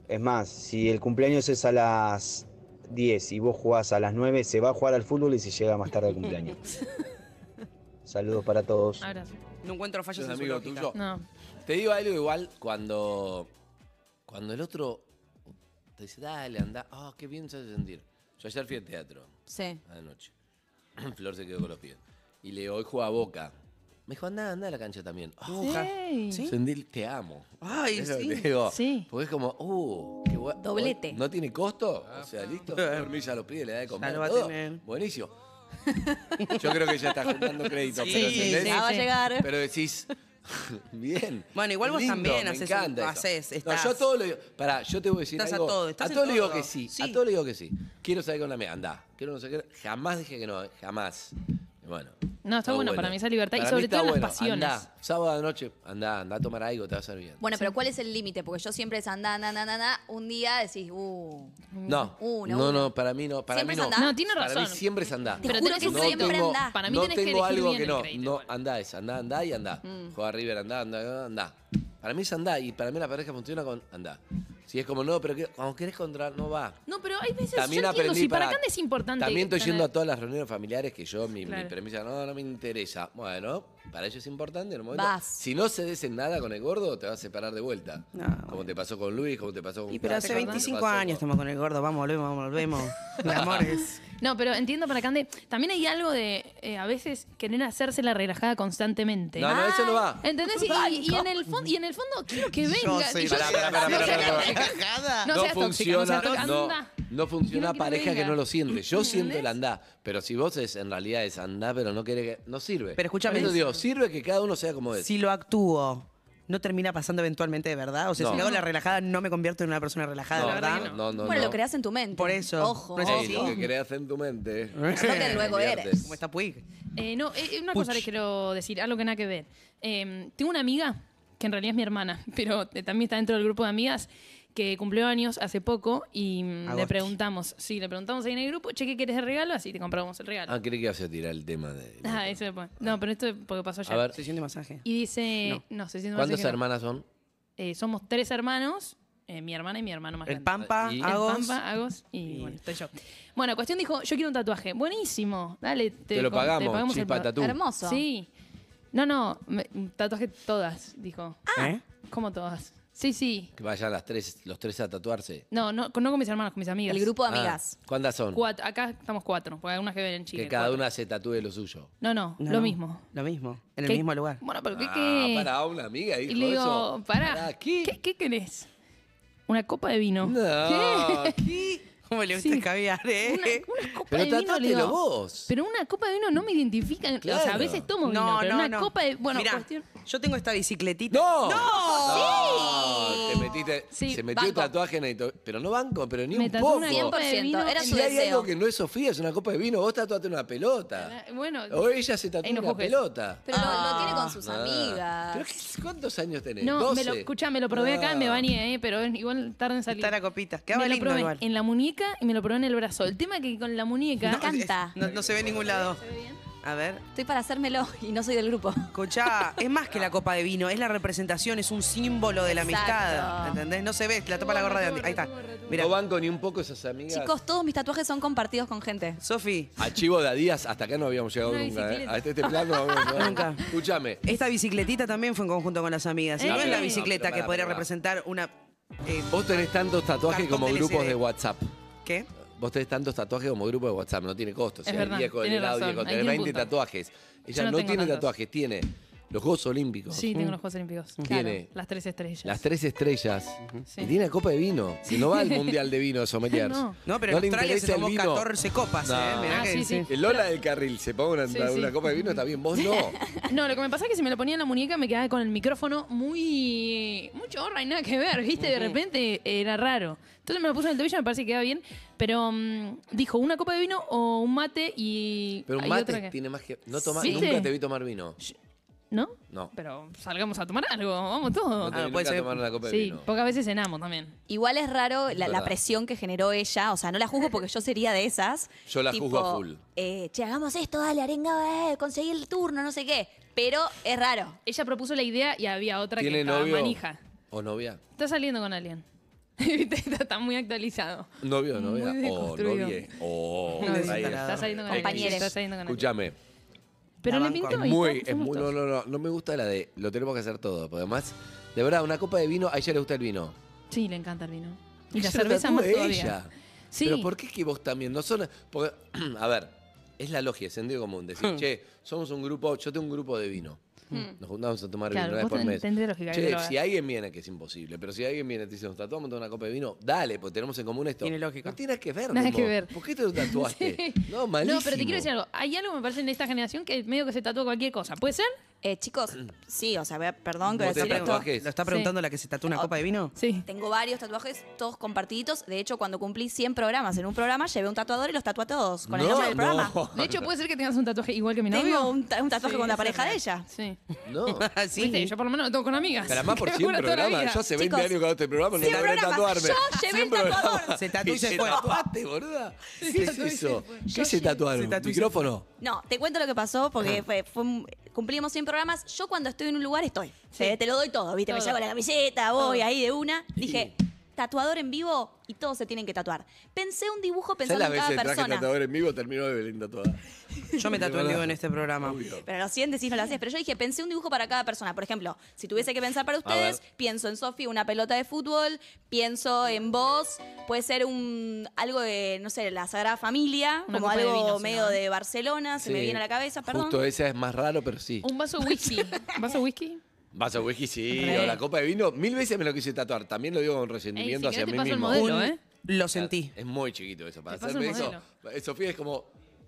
I: Es más, si el cumpleaños es a las 10 y vos jugás a las 9, se va a jugar al fútbol y se llega más tarde al cumpleaños. Saludos para todos.
E: Abrazo.
F: No encuentro
D: Es
F: fallas
D: un
F: en su
D: amigo
F: lógica.
D: tuyo.
E: No.
D: Te digo algo igual cuando, cuando el otro te dice, dale, anda. Ah, qué bien se hace sentir. Yo ayer fui al teatro
G: Sí.
D: anoche. (clears throat) Flor se quedó con los pies. Y le digo, hoy juega Boca. Me dijo, anda, anda a la cancha también. Ah,
E: Ey.
D: Sentí el te amo.
F: Ay,
D: Eso
F: sí.
D: te digo.
E: Sí.
D: Porque es como, uh, qué guay.
G: Doblete.
D: ¿No tiene costo? O sea, listo. Dormís a los pibes, le da de comer.
F: lo va a
D: todo.
F: tener.
D: Buenísimo. (laughs) Yo creo que ya está juntando crédito.
F: Sí,
D: pero,
F: sí,
D: ¿entendés?
G: Ya Ah, va a llegar.
D: pero decís, (laughs) bien.
F: Bueno, igual vos
D: lindo,
F: también
D: me
F: haces-
D: encanta eso.
F: haces,
D: No,
F: estás-
D: yo a todo lo digo. Pará, yo te voy a decir
F: Estás a
D: algo.
F: todo, estás
D: a
F: en
D: todo le digo
F: todo.
D: que sí,
F: Sí.
D: A todo le digo que sí. Quiero salir con la mía. Andá. Quiero no sé qué. Jamás dije que no. eh, Jamás. Y bueno.
E: No, está bueno, para mí esa libertad y sobre
D: está
E: todo las pasiones.
D: Andá, sábado de noche, andá, andá a tomar algo, te va a hacer bien.
G: Bueno, pero ¿cuál es el límite? Porque yo siempre es andá, andá, andá, andá, un día decís, uh.
D: No,
G: Una,
D: no,
G: una.
D: no, para mí no, para
G: ¿Siempre
D: mí no.
G: es andá?
E: No, tiene
D: Para mí
E: razón.
D: siempre es andá.
G: Te
E: Pero
G: juro
E: tenés
G: que
E: que
G: siempre
E: elegir-
D: tengo,
G: andá.
E: Para mí
D: no
E: tenés que
D: tengo
E: elegir
D: algo
E: bien
D: que
E: el
D: no,
E: crédito
D: no,
E: igual.
D: andá es, andá, andá y andá.
G: Mm.
D: Juega River, andá, andá, andá. Para mí es andá y para mí la pareja funciona con andá. Si es como no, pero que- cuando querés contra, no va.
E: No, pero hay veces
D: También
E: yo entiendo,
D: aprendí
E: si para
D: pará,
E: Cande es importante.
D: También estoy
E: tener-
D: yendo a todas las reuniones familiares que yo, mi, mi
E: Claro.
D: premisa, no, no me interesa. Bueno, para ellos es importante en el momento.
G: Vas.
D: Si no cedes en nada con el gordo, te vas a separar de vuelta.
F: No,
D: Como te pasó con Luis, como te pasó con
F: Ah, Y pero
D: Cata,
F: hace
D: como te
F: 25
D: pasó con-
F: años estamos con el gordo, vamos, volvemos, vamos, volvemos.
D: (laughs)
F: Mi amor es.
E: No, pero entiendo para Cande. También hay algo de eh, a veces querer hacerse la relajada constantemente.
D: No, no, eso no va.
E: ¿Entendés? Y, y- y en el fondo, y en el fondo quiero que venga. Y
D: Pará, pará, pará,
E: no
D: pará,
E: seas-
D: pará, pará.
F: Relajada.
E: No
D: Ah, no
E: seas tóxica, no
D: funciona,
E: seas tóxica.
D: no,
E: Anda.
D: no funciona
E: Quiero que
D: pareja que
E: venga.
D: no lo siente. Yo
E: ¿Entendés?
D: siento el andá, pero si vos es en realidad es andá, pero no quiere que no sirve.
F: Pero escúchame.
D: Por eso digo, sirve que cada uno sea como es.
F: Si lo actúo, ¿no termina pasando eventualmente de verdad? O sea,
D: No.
F: si le hago la relajada, no me convierto en una persona relajada,
D: no,
F: de ¿verdad?
E: que
D: no, no, no,
G: bueno,
D: no.
G: lo creas en tu mente.
F: Por eso.
G: Ojo,
F: No es
G: ojo.
D: Ey, lo que creas en tu mente.
G: que
F: (laughs)
G: luego
D: convierte.
G: eres.
F: Eh. ¿Cómo está Puig?
E: Eh, no, eh, una cosa les quiero decir, algo que nada que ver. Eh, tengo una amiga, que en realidad es mi hermana, (laughs) pero eh, también está dentro del grupo de amigas, que cumplió años hace poco y mm, le
F: Agosti.
E: preguntamos, sí, le preguntamos ahí en el grupo, che, ¿qué quieres de regalo? Así te compramos el regalo.
D: Ah, creí que ibas a tirar el tema de.
E: Ah, eso después. No, pero esto es porque pasó ayer.
D: A ver,
F: Sesión de masaje.
E: Y dice, no, sé si no
D: ¿cuántas
E: sé que no.
D: hermanas son?
E: Eh, somos tres hermanos, eh, mi hermana y mi hermano más
F: El
E: grande.
F: Pampa,
D: Y- El
E: El
F: Agos.
E: Pampa, Agos y,
F: Y- ¿Eh?
E: bueno, estoy yo. Bueno, cuestión dijo, yo quiero un tatuaje. Buenísimo, dale.
D: Te lo
E: com-
D: pagamos,
E: el
D: chispa
E: pa-
D: tatú.
G: Hermoso.
E: Sí. No, no, me- un tatuaje todas, dijo.
F: ¿Eh?
E: ¿Cómo todas? Sí, sí.
D: Que vayan las tres, los tres a tatuarse.
E: No, no, con- no con mis hermanos, con mis amigas.
G: El grupo de
D: Ah,
G: amigas.
D: ¿Cuántas son?
E: Cuatro, acá estamos cuatro, porque hay algunas que ven en Chile.
D: que cada
E: cuatro.
D: una se tatúe lo suyo.
E: No, no,
F: No,
E: lo
F: no.
E: mismo.
F: Lo mismo. En el
E: ¿Qué?
F: mismo lugar.
E: Bueno, pero ¿qué
D: Ah,
E: qué?
D: para una amiga, dijo
E: y le digo,
D: eso.
E: pará,
D: ¿qué?
E: ¿qué? ¿qué querés? ¿Una copa de vino?
D: No, ¿qué?
F: ¿Cómo le gusta
E: Sí.
F: el caviar, eh?
E: Una,
D: (laughs)
E: una copa
D: Pero
E: de vino, le
D: tatátelo
E: digo,
D: vos.
E: Pero una copa de vino no me identifican. O sea, a
D: Claro.
E: veces tomo vino, pero una copa de... Bueno,
F: Mirá,
E: cuestión...
F: yo tengo esta bicicletita.
D: ¡No! ¡No! Te metiste,
E: Sí,
D: se metió el
G: banco.
D: tatuaje en el to- Pero no banco, pero ni
E: Me
D: un
E: tatué
D: poco.
E: una copa de
G: 100%,
E: vino.
G: era
E: en-
D: Si
G: su
D: hay
G: deseo.
D: algo que no es Sofía, es una copa de vino, vos tatuaste una pelota.
E: eh, Bueno,
D: O ella se tatuó
E: Ahí no
D: una
E: juzgues.
D: pelota.
G: Pero lo, lo tiene con sus
D: Ah. ¿Pero
G: amigas.
D: qué- ¿Cuántos años tenés?
E: no, me lo,
D: 12.
E: escuchá, me lo probé acá,
D: Ah.
E: me bañé, eh, pero igual tarde en salir.
F: Está la copita. Quedaba
E: me lo
F: lindo
E: probé
F: igual.
E: en la muñeca y me lo probé en el brazo. El tema es que con la muñeca...
G: No, encanta.
F: No, no se ve en ningún lado. A ver.
G: Estoy para hacérmelo y no soy del grupo.
F: Escuchá, es más que la copa de vino, es la representación, es un símbolo de la amistad.
G: Exacto.
F: ¿Entendés? No se ve, la tapa la gorra de Andy. Ahí está. Mira,
D: No banco ni un poco esas amigas.
G: Chicos, todos mis tatuajes son compartidos con gente.
F: Sofi,
D: Archivo de Adidas, hasta acá no habíamos llegado
E: Una
D: nunca. ¿eh?
E: bicicleta.
D: Hasta este plan no (laughs) habíamos llegado
F: Nunca.
D: Escúchame.
F: esta bicicletita también fue en conjunto con las amigas. Y
E: Eh.
F: no es
E: No,
F: la
E: pero
F: bicicleta
D: pará,
F: que podría
D: pará.
F: representar una. eh,
D: Vos tenés tantos tatuajes
F: Cartón
D: como
F: del
D: grupos
F: SD.
D: de WhatsApp.
F: ¿qué?
D: Vos tenés tantos tatuajes como grupo de WhatsApp, no tiene costo.
E: Es
D: si
E: verdad,
D: hay 10 con el
E: tiene
D: helado,
E: razón,
D: 10 con
E: ahí
D: el
E: tiene un
D: 20
E: punto.
D: tatuajes.
E: Yo
D: Ella
E: no
D: no,
E: tengo
D: tiene
E: tantos.
D: tatuajes, tiene los Juegos Olímpicos,
E: Sí, tengo los Juegos Olímpicos.
D: Tiene-
E: Claro, las tres estrellas.
D: las tres estrellas.
E: Sí.
D: Y tiene la copa de
E: (laughs)
D: vino. Si no va al mundial de vino de sommeliers.
E: No.
F: No, pero en
D: le
F: Australia se
D: interesa el
F: tomó
D: vino.
F: 14 copas, ¿eh?
D: No.
F: Mirá
E: Ah,
F: que
E: sí, sí.
D: El Lola del Carril se ponga una,
E: Sí,
D: una
E: sí.
D: copa de vino, está bien. Vos
E: (laughs)
D: no.
E: No, lo que me pasa es que si me lo ponía en la muñeca me quedaba con el micrófono muy. mucho horra y nada que ver, ¿viste? De repente era raro. Entonces me lo puse en el tobillo, me parece que queda bien. Pero mm, dijo una copa de vino o un mate y.
D: Pero un
E: hay otra
D: mate
E: que-
D: tiene más que. No toma,
E: ¿Viste?
D: Nunca te vi tomar vino.
E: ¿No?
D: No.
E: Pero salgamos a tomar algo, vamos todos.
D: No te vi
F: Ah, puede
D: nunca
F: ser.
D: tomar una copa de
E: sí,
D: vino.
E: pocas veces cenamos también.
G: Igual es raro la, la
D: Verdad.
G: presión que generó ella. O sea, no la juzgo porque yo sería de esas.
D: Yo la
G: Tipo,
D: juzgo a full.
G: eh, che, hagamos esto, dale, arenga, eh, conseguí el turno, no sé qué. Pero es raro.
E: Ella propuso la idea y había otra que
D: ¿Tiene
E: estaba
D: novio?
E: manija.
D: ¿O novia?
E: Está saliendo con alguien. (laughs) ¿Viste? Está, está muy actualizado.
D: Novio o novia.
E: Muy
D: O
E: desconstruido.
D: novie.
E: (laughs)
D: O.
F: No,
D: ahí
F: desentalado.
E: Está saliendo con alguien.
G: Compañeros.
E: Está saliendo con alguien.
D: Escúchame.
E: Pero
F: La
E: le
F: banco.
E: pintó y
D: Muy,
E: todos
D: es
E: fuimos
D: muy, no,
E: todos.
D: no, no, no me gusta la de lo tenemos que hacer todo, porque además, de verdad, una copa de vino, a ella le gusta el vino.
E: Sí, le encanta el vino. Y la
D: Se lo
E: cerveza
D: tatuó
E: más
D: ella.
E: todavía. Sí.
D: Pero ¿por qué es que vos también? No son, porque, (clears throat) a ver, es la logia, es sentido común.
E: Hmm.
D: Decir, che, somos un grupo, yo tengo un grupo de vino. Nos juntamos a tomar
E: Claro,
D: vino una vez
E: vos
D: por
E: ten-
D: mes.
E: tendés lógica que
D: che,
E: lo hagas.
D: si alguien viene, que es imposible, pero si alguien viene y te dice, nos tatuamos toda una copa de vino, dale, porque tenemos en común esto.
F: Tiene lógica.
D: No tiene que ver,
E: Nada
D: loco.
E: que ver.
D: ¿Por qué te lo tatuaste?
E: (laughs) Sí.
D: No, malísimo.
E: No, pero te quiero decir algo. Hay algo, me parece, en esta generación que medio que se tatúa cualquier cosa. ¿Puede ser?
G: Eh,
D: (clears throat)
G: chicos, sí, o sea, ve- perdón que voy a
D: ¿Vos
G: decir
D: tenés
G: esto.
D: tatuajes?
F: ¿Lo está preguntando la que se tatúa una copa de vino?
E: Ah, Sí.
G: Tengo varios tatuajes, todos compartiditos. De hecho, cuando cumplí 100 programas en un programa, llevé un tatuador y los tatué a todos con el nombre del programa.
D: (laughs)
E: De hecho, puede ser que tengas un tatuaje igual que mi novio.
G: Tengo un, ta- un tatuaje
E: Sí,
G: con la
E: esa
G: pareja
E: es
G: de
E: real.
G: ella.
E: Sí.
D: No.
F: (laughs) Así.
E: Viste, Yo por lo menos lo tengo con amigas.
D: Pero más
E: (laughs)
D: por
E: Que
D: 100
E: dura toda la vida.
D: programas. Yo hace 20
G: Chicos,
D: años que hago este programa, no
G: 100
D: logré
G: programas.
D: tatuarme.
G: Yo llevé
D: 100
G: el tatuador.
D: programas.
F: Se tatuó y
D: ¿Y
F: se
D: se
F: fue.
D: tatuaste, boluda? ¿Qué es
E: tatuó y se
D: eso?
E: fue.
D: ¿Qué se tatuaron?
F: Se tatuó y se
D: ¿Micrófono?
G: No, te cuento lo que pasó porque fue, fue un- cumplimos 100 programas. Yo cuando estoy en un lugar estoy. Te, te lo doy todo, ¿viste? Me
E: Todo.
G: llevo la camiseta, voy
E: Todo.
G: ahí de una. Dije, tatuador en vivo y todos se tienen que tatuar. Pensé un dibujo
D: ¿Sabes
G: pensando
D: las
G: en
D: veces
G: cada
D: traje
G: persona.
D: tatuador en vivo? Terminó de Belinda toda.
F: Yo me tatué en vivo en este programa.
G: Pero lo sientes si no lo haces. Pero yo dije, pensé un dibujo para cada persona. Por ejemplo, si tuviese que pensar para ustedes,
D: ver.
G: pienso en Sofi una pelota de fútbol, pienso en vos, puede ser un algo de, no sé, la Sagrada Familia,
E: Una
G: como
E: copa de
G: algo
E: vino, si
G: medio
E: no, ¿eh?
G: de Barcelona, se me viene a la cabeza, perdón.
D: Justo esa es más raro, pero (laughs) sí.
E: Un vaso de whisky. ¿Un vaso de whisky?
D: Vas a whisky, sí,
E: Re.
D: o la copa de vino. Mil veces me lo quise tatuar. También lo digo con resentimiento
E: Ey, si
D: hacia
E: querés te
D: mí
E: paso el
D: mismo.
E: modelo.
F: Un-
E: ¿eh?
F: Lo sentí.
D: Es muy chiquito eso. Para
E: Te paso
D: hacerme
E: el
D: eso, Sofía es como,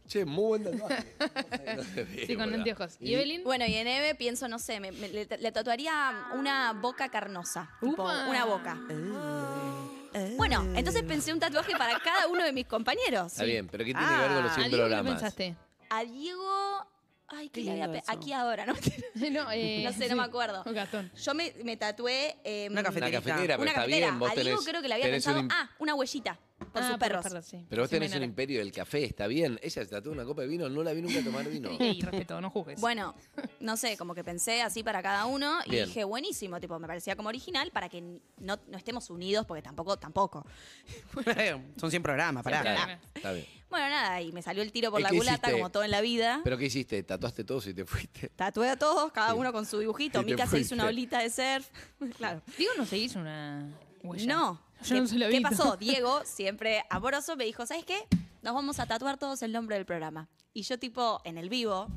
D: che, muy
E: (laughs)
D: buen tatuaje.
E: Sí, con anteojos. ¿Y Evelyn?
G: Bueno, y en Eve pienso, no sé, me- me- le, le tatuaría una boca carnosa. tipo,
E: Upa.
G: una boca.
F: Eh.
G: Bueno, entonces pensé un tatuaje para cada uno de mis compañeros.
D: Está bien, pero ¿qué tiene que ver con los
F: Ah,
D: 100
E: Diego, ¿qué
D: programas?
E: pensaste?
G: A Diego. Ay, ¿qué
F: Qué
G: le había
F: lindo
G: pe-
F: eso.
G: Aquí ahora, ¿no? (laughs)
E: No, eh,
G: (laughs) No sé, no me acuerdo.
E: (laughs) Un gatón.
G: Yo me, me tatué. em,
F: Una
D: Una
F: cafeterita.
D: cafetera, pero
G: una
D: está
G: cafetera.
D: bien. Vos
G: A Diego
D: tenés,
G: creo que le había
D: tenés
G: pensado.
D: un-
G: Ah, una huellita. Por
E: Ah,
G: sus
E: por
G: perros.
E: los sí.
D: Pero vos
E: Sí,
D: tenés un
E: menores.
D: imperio del café, está bien. Ella se tatuó una copa de vino, no la vi nunca tomar vino.
E: Ey, respeto, no juzgues.
G: Bueno, no sé, como que pensé así para cada uno y
D: Bien.
G: dije, buenísimo, tipo, me parecía como original para que n- no, no estemos unidos, porque tampoco, tampoco.
F: (laughs) Son 100 programas, pará.
D: Está
E: Claro.
D: bien, está bien.
G: Bueno, nada, y me salió el tiro por
D: ¿Y
G: la
D: qué
G: culata,
D: hiciste?
G: como todo en la
E: ¿Ah?
G: vida.
D: ¿Pero qué hiciste? ¿Tatuaste todo y te fuiste?
G: Tatué a todos, cada uno con su dibujito.
D: Y te
G: Mica se hizo una
D: fuiste.
G: olita de surf. (laughs) claro.
E: Digo, no seguís una huella.
G: No.
E: Yo no
G: ¿Qué-
E: se lo he
G: ¿Qué
E: visto.
G: pasó? Diego, siempre amoroso, me dijo, ¿sabes qué? Nos vamos a tatuar todos el nombre del programa. Y yo, tipo, en el vivo,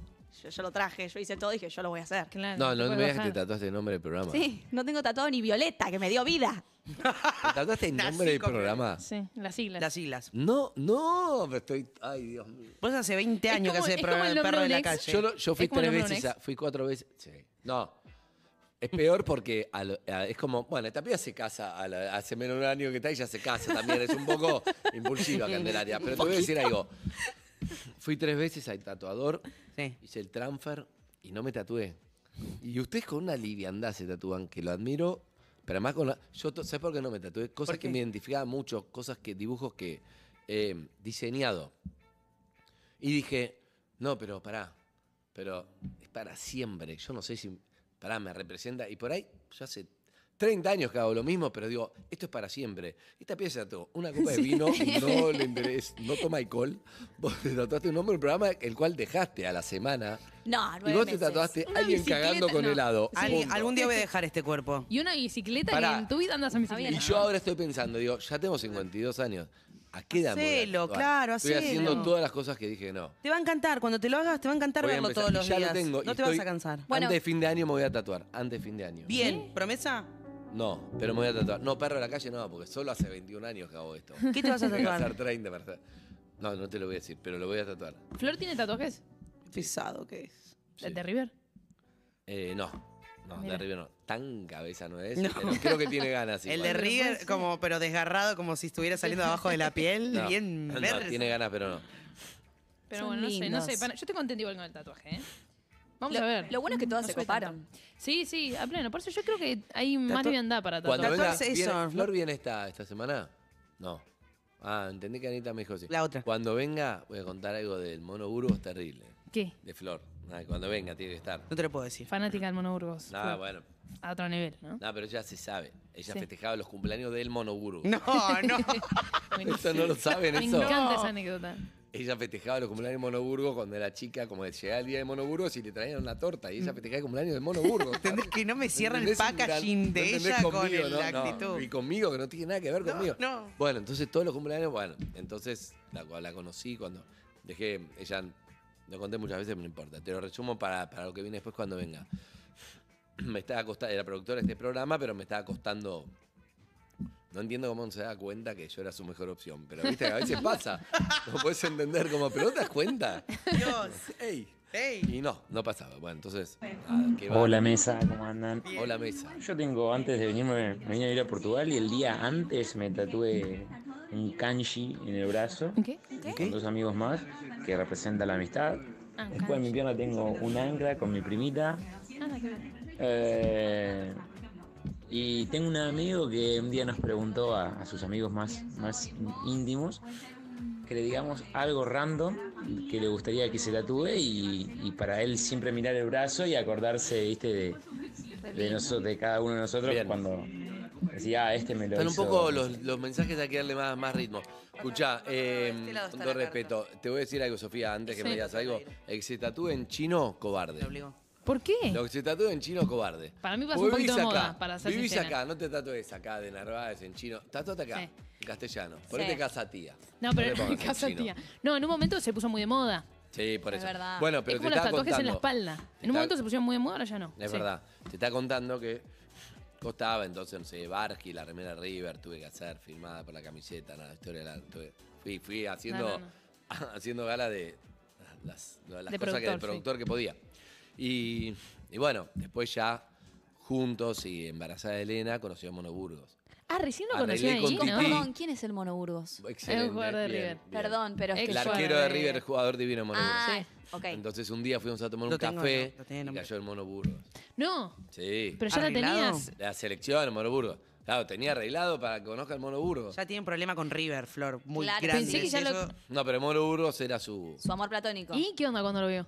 G: yo, yo lo traje, yo hice todo, dije, yo lo voy a hacer.
E: (laughs) Claro,
D: No, no
E: te
D: me
E: puedes
D: digas que te
E: bajar.
D: tatuaste el nombre del programa.
G: Sí, no tengo tatuado ni Violeta, que me dio vida.
D: ¿Te tatuaste
F: (laughs)
D: el
F: Las
D: nombre del
F: cinco
D: programa?
E: Sí, las siglas.
F: Las islas.
D: No, no, pero estoy. Ay, Dios mío.
F: Vos hace 20
E: Es como-
F: años que
E: es
F: haces el
E: como
F: programa
E: el
F: del
E: hombre
F: perro de la
E: del ex.
F: calle.
D: Yo, lo- yo fui
E: Es como
D: tres
E: el nombre
D: veces,
E: de un
D: a- fui cuatro veces. Sí. No. Es peor porque a lo- a- es como, bueno, esta piba se casa, a la- hace menos de un año que está y ya se casa también, es un poco impulsiva Candelaria. Pero te voy a decir algo. Fui tres veces al tatuador,
F: Sí.
D: hice el transfer y no me tatué. Y ustedes con una liviandad se tatúan, que lo admiro, pero además con la, yo to- ¿sabes por qué no me tatué? Cosas que me identificaban mucho, cosas que, dibujos que eh, diseñado. Y dije, no, pero pará, pero es para siempre. Yo no sé si, pará, me representa. Y por ahí, yo hace 30 años que hago lo mismo, pero digo, esto es para siempre. Esta pieza tatuó una (laughs) copa de vino, no le interesa, no toma alcohol. Vos te tatuaste un nombre del programa, el cual dejaste a la semana.
G: No,
D: Y
G: nueve
D: vos te
G: meses.
D: tatuaste
E: Una
D: alguien
E: bicicleta,
D: cagando con
E: no.
D: helado.
F: Alguien-
D: punto.
F: algún día voy a dejar este cuerpo.
E: Y una bicicleta
D: Pará.
E: que en tu vida andas en bicicleta.
D: Y yo ahora estoy pensando, digo, ya tengo 52 años. ¿A qué edad me voy a
F: Hacelo,
D: tatuar?
F: claro,
D: Estoy haciendo
F: hacelo.
D: todas las cosas que dije que no.
F: Te va a encantar. Cuando te lo hagas, te va a encantar
D: Voy a
F: verlo
D: empezar.
F: todos
D: Y
F: los
D: ya lo
F: días.
D: tengo, y
F: no te
D: estoy-
F: vas a cansar.
G: Bueno.
D: Antes de fin de año me voy a tatuar. Antes de fin de año.
F: Bien, ¿promesa?
D: No, pero me voy a tatuar. No, perro de la calle no, porque solo hace 21 años que hago esto.
F: ¿Qué te (laughs) vas a
D: (laughs) Tengo que
F: tatuar?
D: hacer 30 para hacer- No, no te lo voy a decir, pero lo voy a tatuar.
E: ¿Flor tiene tatuajes?
F: Pesado que es.
E: ¿De-
D: Sí.
E: ¿De River?
D: Eh, no, no,
E: Mira.
D: de River no. Tan cabeza no es,
F: No.
D: pero creo que tiene
F: (laughs)
D: ganas.
F: el
D: igual.
F: de
E: puede
F: Rigger,
E: ser.
F: como, pero desgarrado, como si estuviera saliendo abajo de la piel.
D: No,
F: bien
D: no,
F: verde.
D: tiene ganas, pero no.
E: Pero
G: Son
E: bueno, no
G: lindos.
E: sé, no sé. para- yo te contento igual con el tatuaje, ¿eh? Vamos
G: Lo-
E: a ver.
G: lo bueno es que todas se
E: soy
G: coparon.
E: tanto. Sí, sí, a pleno. Por eso yo creo que hay más
F: Tatu-
E: liviandad para
D: Cuando
E: tatuar.
D: venga,
F: Tatuarse eso,
D: viene-
F: ¿no?
D: ¿Flor viene esta, esta semana? No. Ah, entendí que Anita me dijo sí.
F: La otra.
D: Cuando venga, voy a contar algo del mono Burgos terrible.
E: ¿Qué?
D: De Flor. Ah, cuando venga, tiene que estar.
F: No te lo puedo decir.
E: Fanática del monoburgos.
D: No,
E: Flor.
D: Ah, bueno.
E: A otro nivel, ¿no?
D: No, pero ya se sabe. Ella
E: Sí.
D: festejaba los cumpleaños del mono Burgos.
F: No, no.
D: (laughs) (laughs) Eso no lo saben,
E: Me
D: eso.
E: encanta esa anécdota.
D: Ella festejaba los cumpleaños de Monoburgo cuando era chica, como que llegaba el día de Monoburgo y le traían una torta. Y ella festejaba el cumpleaños de
F: (laughs)
D: Monoburgo.
F: ¿Entendés que no me cierra el
D: ¿Entendés? Un gran-
F: packaging de
D: ¿no entendés
F: ella con
D: conmigo,
F: el-
D: no?
F: la
D: No,
F: actitud?
D: Y conmigo, que no tiene nada que ver
F: No,
D: conmigo.
F: no.
D: Bueno, entonces todos los cumpleaños, bueno, entonces la, la conocí cuando dejé, ella, lo conté muchas veces, pero no importa. Te lo resumo para, para lo que viene después cuando venga. (clears throat) Me estaba costando, era productora de este programa, pero me estaba costando No entiendo cómo no se da cuenta que yo era su mejor opción, pero viste que a veces pasa. Lo puedes entender como, pero no te das cuenta.
F: Dios.
D: ¡Ey!
F: ¡Ey!
D: Y no, no pasaba. Bueno, entonces. nada, que va.
J: Hola mesa, ¿cómo andan?
D: Hola, mesa.
J: Yo tengo, antes de venirme, me vine a ir a Portugal y el día antes me tatué un kanji en el brazo
E: ¿Qué?
J: con dos amigos más que representa la amistad.
E: Ah, un
J: Después en mi
E: kanji.
J: pierna tengo un ancla con mi primita.
E: Ah, nada que ver.
J: Eh, y tengo un amigo que un día nos preguntó a, a sus amigos más, más íntimos que le digamos algo random que le gustaría que se tatúe y, y para él siempre mirar el brazo y acordarse ¿viste? de, de, noso- de cada uno de nosotros
D: Bien.
J: cuando decía, ah, este me lo
D: Están un
J: hizo".
D: poco los, los mensajes, hay que darle más, más ritmo. Escuchá, eh,
F: De este lado
D: con
F: está la
D: todo respeto, te voy a decir algo, Sofía, antes que
E: Sí.
D: me digas algo. El que se tatúe en chino, cobarde.
F: Me obligó.
E: ¿Por qué?
D: Lo que se tatúa en chino, cobarde.
E: Para mí pasa
D: Vos
E: un poquito
D: vivís
E: de
D: acá,
E: moda, para ser
D: Vivís
E: sincera.
D: acá, no te tatues acá de Narváez en chino. Tatuate acá,
E: Sí.
D: en castellano. Ponete
G: Sí.
D: casa tía.
E: No,
D: te
E: pero
D: pongas
E: en (laughs)
D: en
E: casa
D: chino.
E: tía. No, en un momento se puso muy de moda.
D: Sí, por
G: Es
D: eso.
G: verdad.
D: Bueno, pero
E: es como los
D: te estaba
E: tatuajes
D: contando.
E: en la espalda. En
D: Te
E: un
D: estaba-
E: momento se pusieron muy de moda, ahora ya no.
D: Es
E: Sí.
D: verdad. Te está contando que costaba entonces, no sé, Barky, la remera River, tuve que hacer firmada por la camiseta, nada, la historia la tuve- fui, fui haciendo,
E: No, no,
D: (laughs) haciendo gala de las, las
E: De
D: cosas que
E: productor,
D: del
E: sí.
D: productor que podía. Y, y bueno, después ya juntos y embarazada de Elena conocí a Monoburgos.
E: Ah, recién lo conocí
D: Arreglé
E: a
D: con
E: Guino.
G: Chicos,
D: Titi.
G: perdón, ¿quién es el Mono Burgos?
D: Excelente.
E: jugador de
D: bien,
E: River.
D: bien.
G: Perdón, pero es que
E: El
D: El
G: yo-
D: arquero de River, el jugador divino Monoburgos.
G: Ah, ok.
D: Entonces un día fuimos a tomar
F: Lo
D: un
F: tengo,
D: café
F: no, lo tiene
D: y
F: nombre.
D: cayó el Monoburgos.
E: No,
D: Sí.
E: pero ya la
F: ¿Arreglado?
E: tenías.
D: La selección, el Monoburgo. Claro, tenía arreglado para que conozca el Monoburgo.
F: Ya tienen problema con River, Flor. Muy
G: Claro.
F: grande.
E: Pensé que ya lo-
F: Eso-
D: No, pero Monoburgos era su.
G: Su amor platónico.
E: ¿Y qué onda cuando lo vio?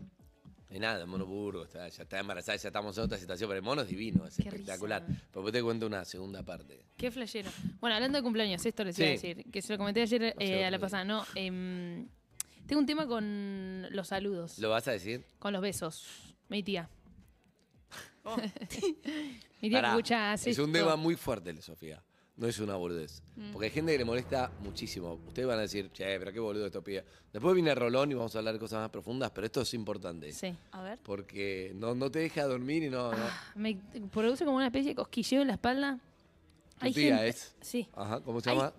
D: De nada, Monoburgo. Está, ya está embarazada, ya estamos en otra situación. Pero el mono es divino, es
E: Qué
D: espectacular.
E: risa.
D: Pero vos te cuento una segunda parte.
E: Qué flashero. Bueno, hablando de cumpleaños, esto les
D: Sí.
E: iba a decir, que se lo comenté ayer eh,
D: sé,
E: a la
D: boludo.
E: pasada, ¿no? Em, tengo un tema con los saludos,
D: ¿Lo vas a decir?
E: con los besos. Mi tía. (laughs)
F: Oh.
E: Mi tía que
D: Pará,
E: escucha
D: es
E: hace
D: un
E: esto. Mm.
D: tema muy fuerte, Sofía. No es una boludez. Porque hay gente que le molesta muchísimo. Ustedes van a decir, che, pero qué boludo esto pide. Después viene Rolón y vamos a hablar de cosas más profundas, pero esto es importante.
E: Sí. Ah.
G: A ver.
D: Porque no, no te deja dormir y no. no.
E: Me produce como una especie de cosquilleo en la espalda.
D: Tu tía es.
E: Sí.
D: Ajá, ¿cómo se
E: Hay-
D: llama?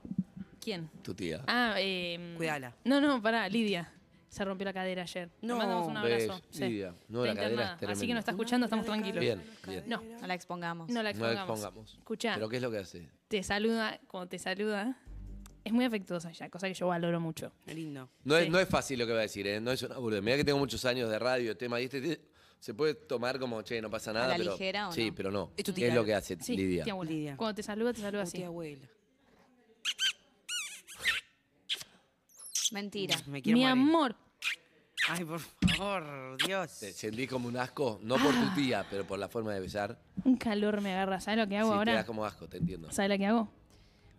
E: ¿Quién?
D: Tu tía.
E: Ah, eh...
F: Cuidala.
E: No, no, pará, Lidia. Se rompió la cadera ayer.
F: No.
E: Le mandamos un
D: ¿Ves?
E: abrazo. Sí.
D: Lidia. No, la
E: Está
D: cadera es
E: internada, Así que
D: tremenda.
E: no está escuchando, estamos tranquilos.
D: Bien, bien.
E: No,
G: No la expongamos.
E: no la
D: No
E: expongamos.
D: expongamos.
E: Escuchá,
D: ¿Pero qué es lo que hace?
E: te saluda, cuando te saluda, es muy afectuosa ella, cosa que yo valoro mucho.
F: Qué lindo.
D: No, es,
E: Sí.
D: no es fácil lo que va a decir, ¿eh? No es una burda. Mira que tengo muchos años de radio, tema, y este, este se puede tomar como, che, no pasa nada.
G: la
D: pero,
G: ligera, ¿o
D: Sí,
G: no?
D: pero no.
F: Es tu
D: ¿Qué es
F: tía.
D: lo que hace
E: Sí,
D: Lidia?
E: tía abuela.
F: Lidia.
E: Cuando te saluda, te saluda
F: Oh,
E: así.
F: tía abuela.
G: Mentira.
F: Me quiero
E: Mi
F: morir.
E: amor.
F: Ay, por favor, Dios.
D: Te sentís como un asco, no por tu tía, pero por la forma de besar.
E: Un calor me agarra. ¿Sabes lo que hago
D: sí, te
E: ahora?
D: das como asco, te entiendo.
E: ¿Sabes lo que hago?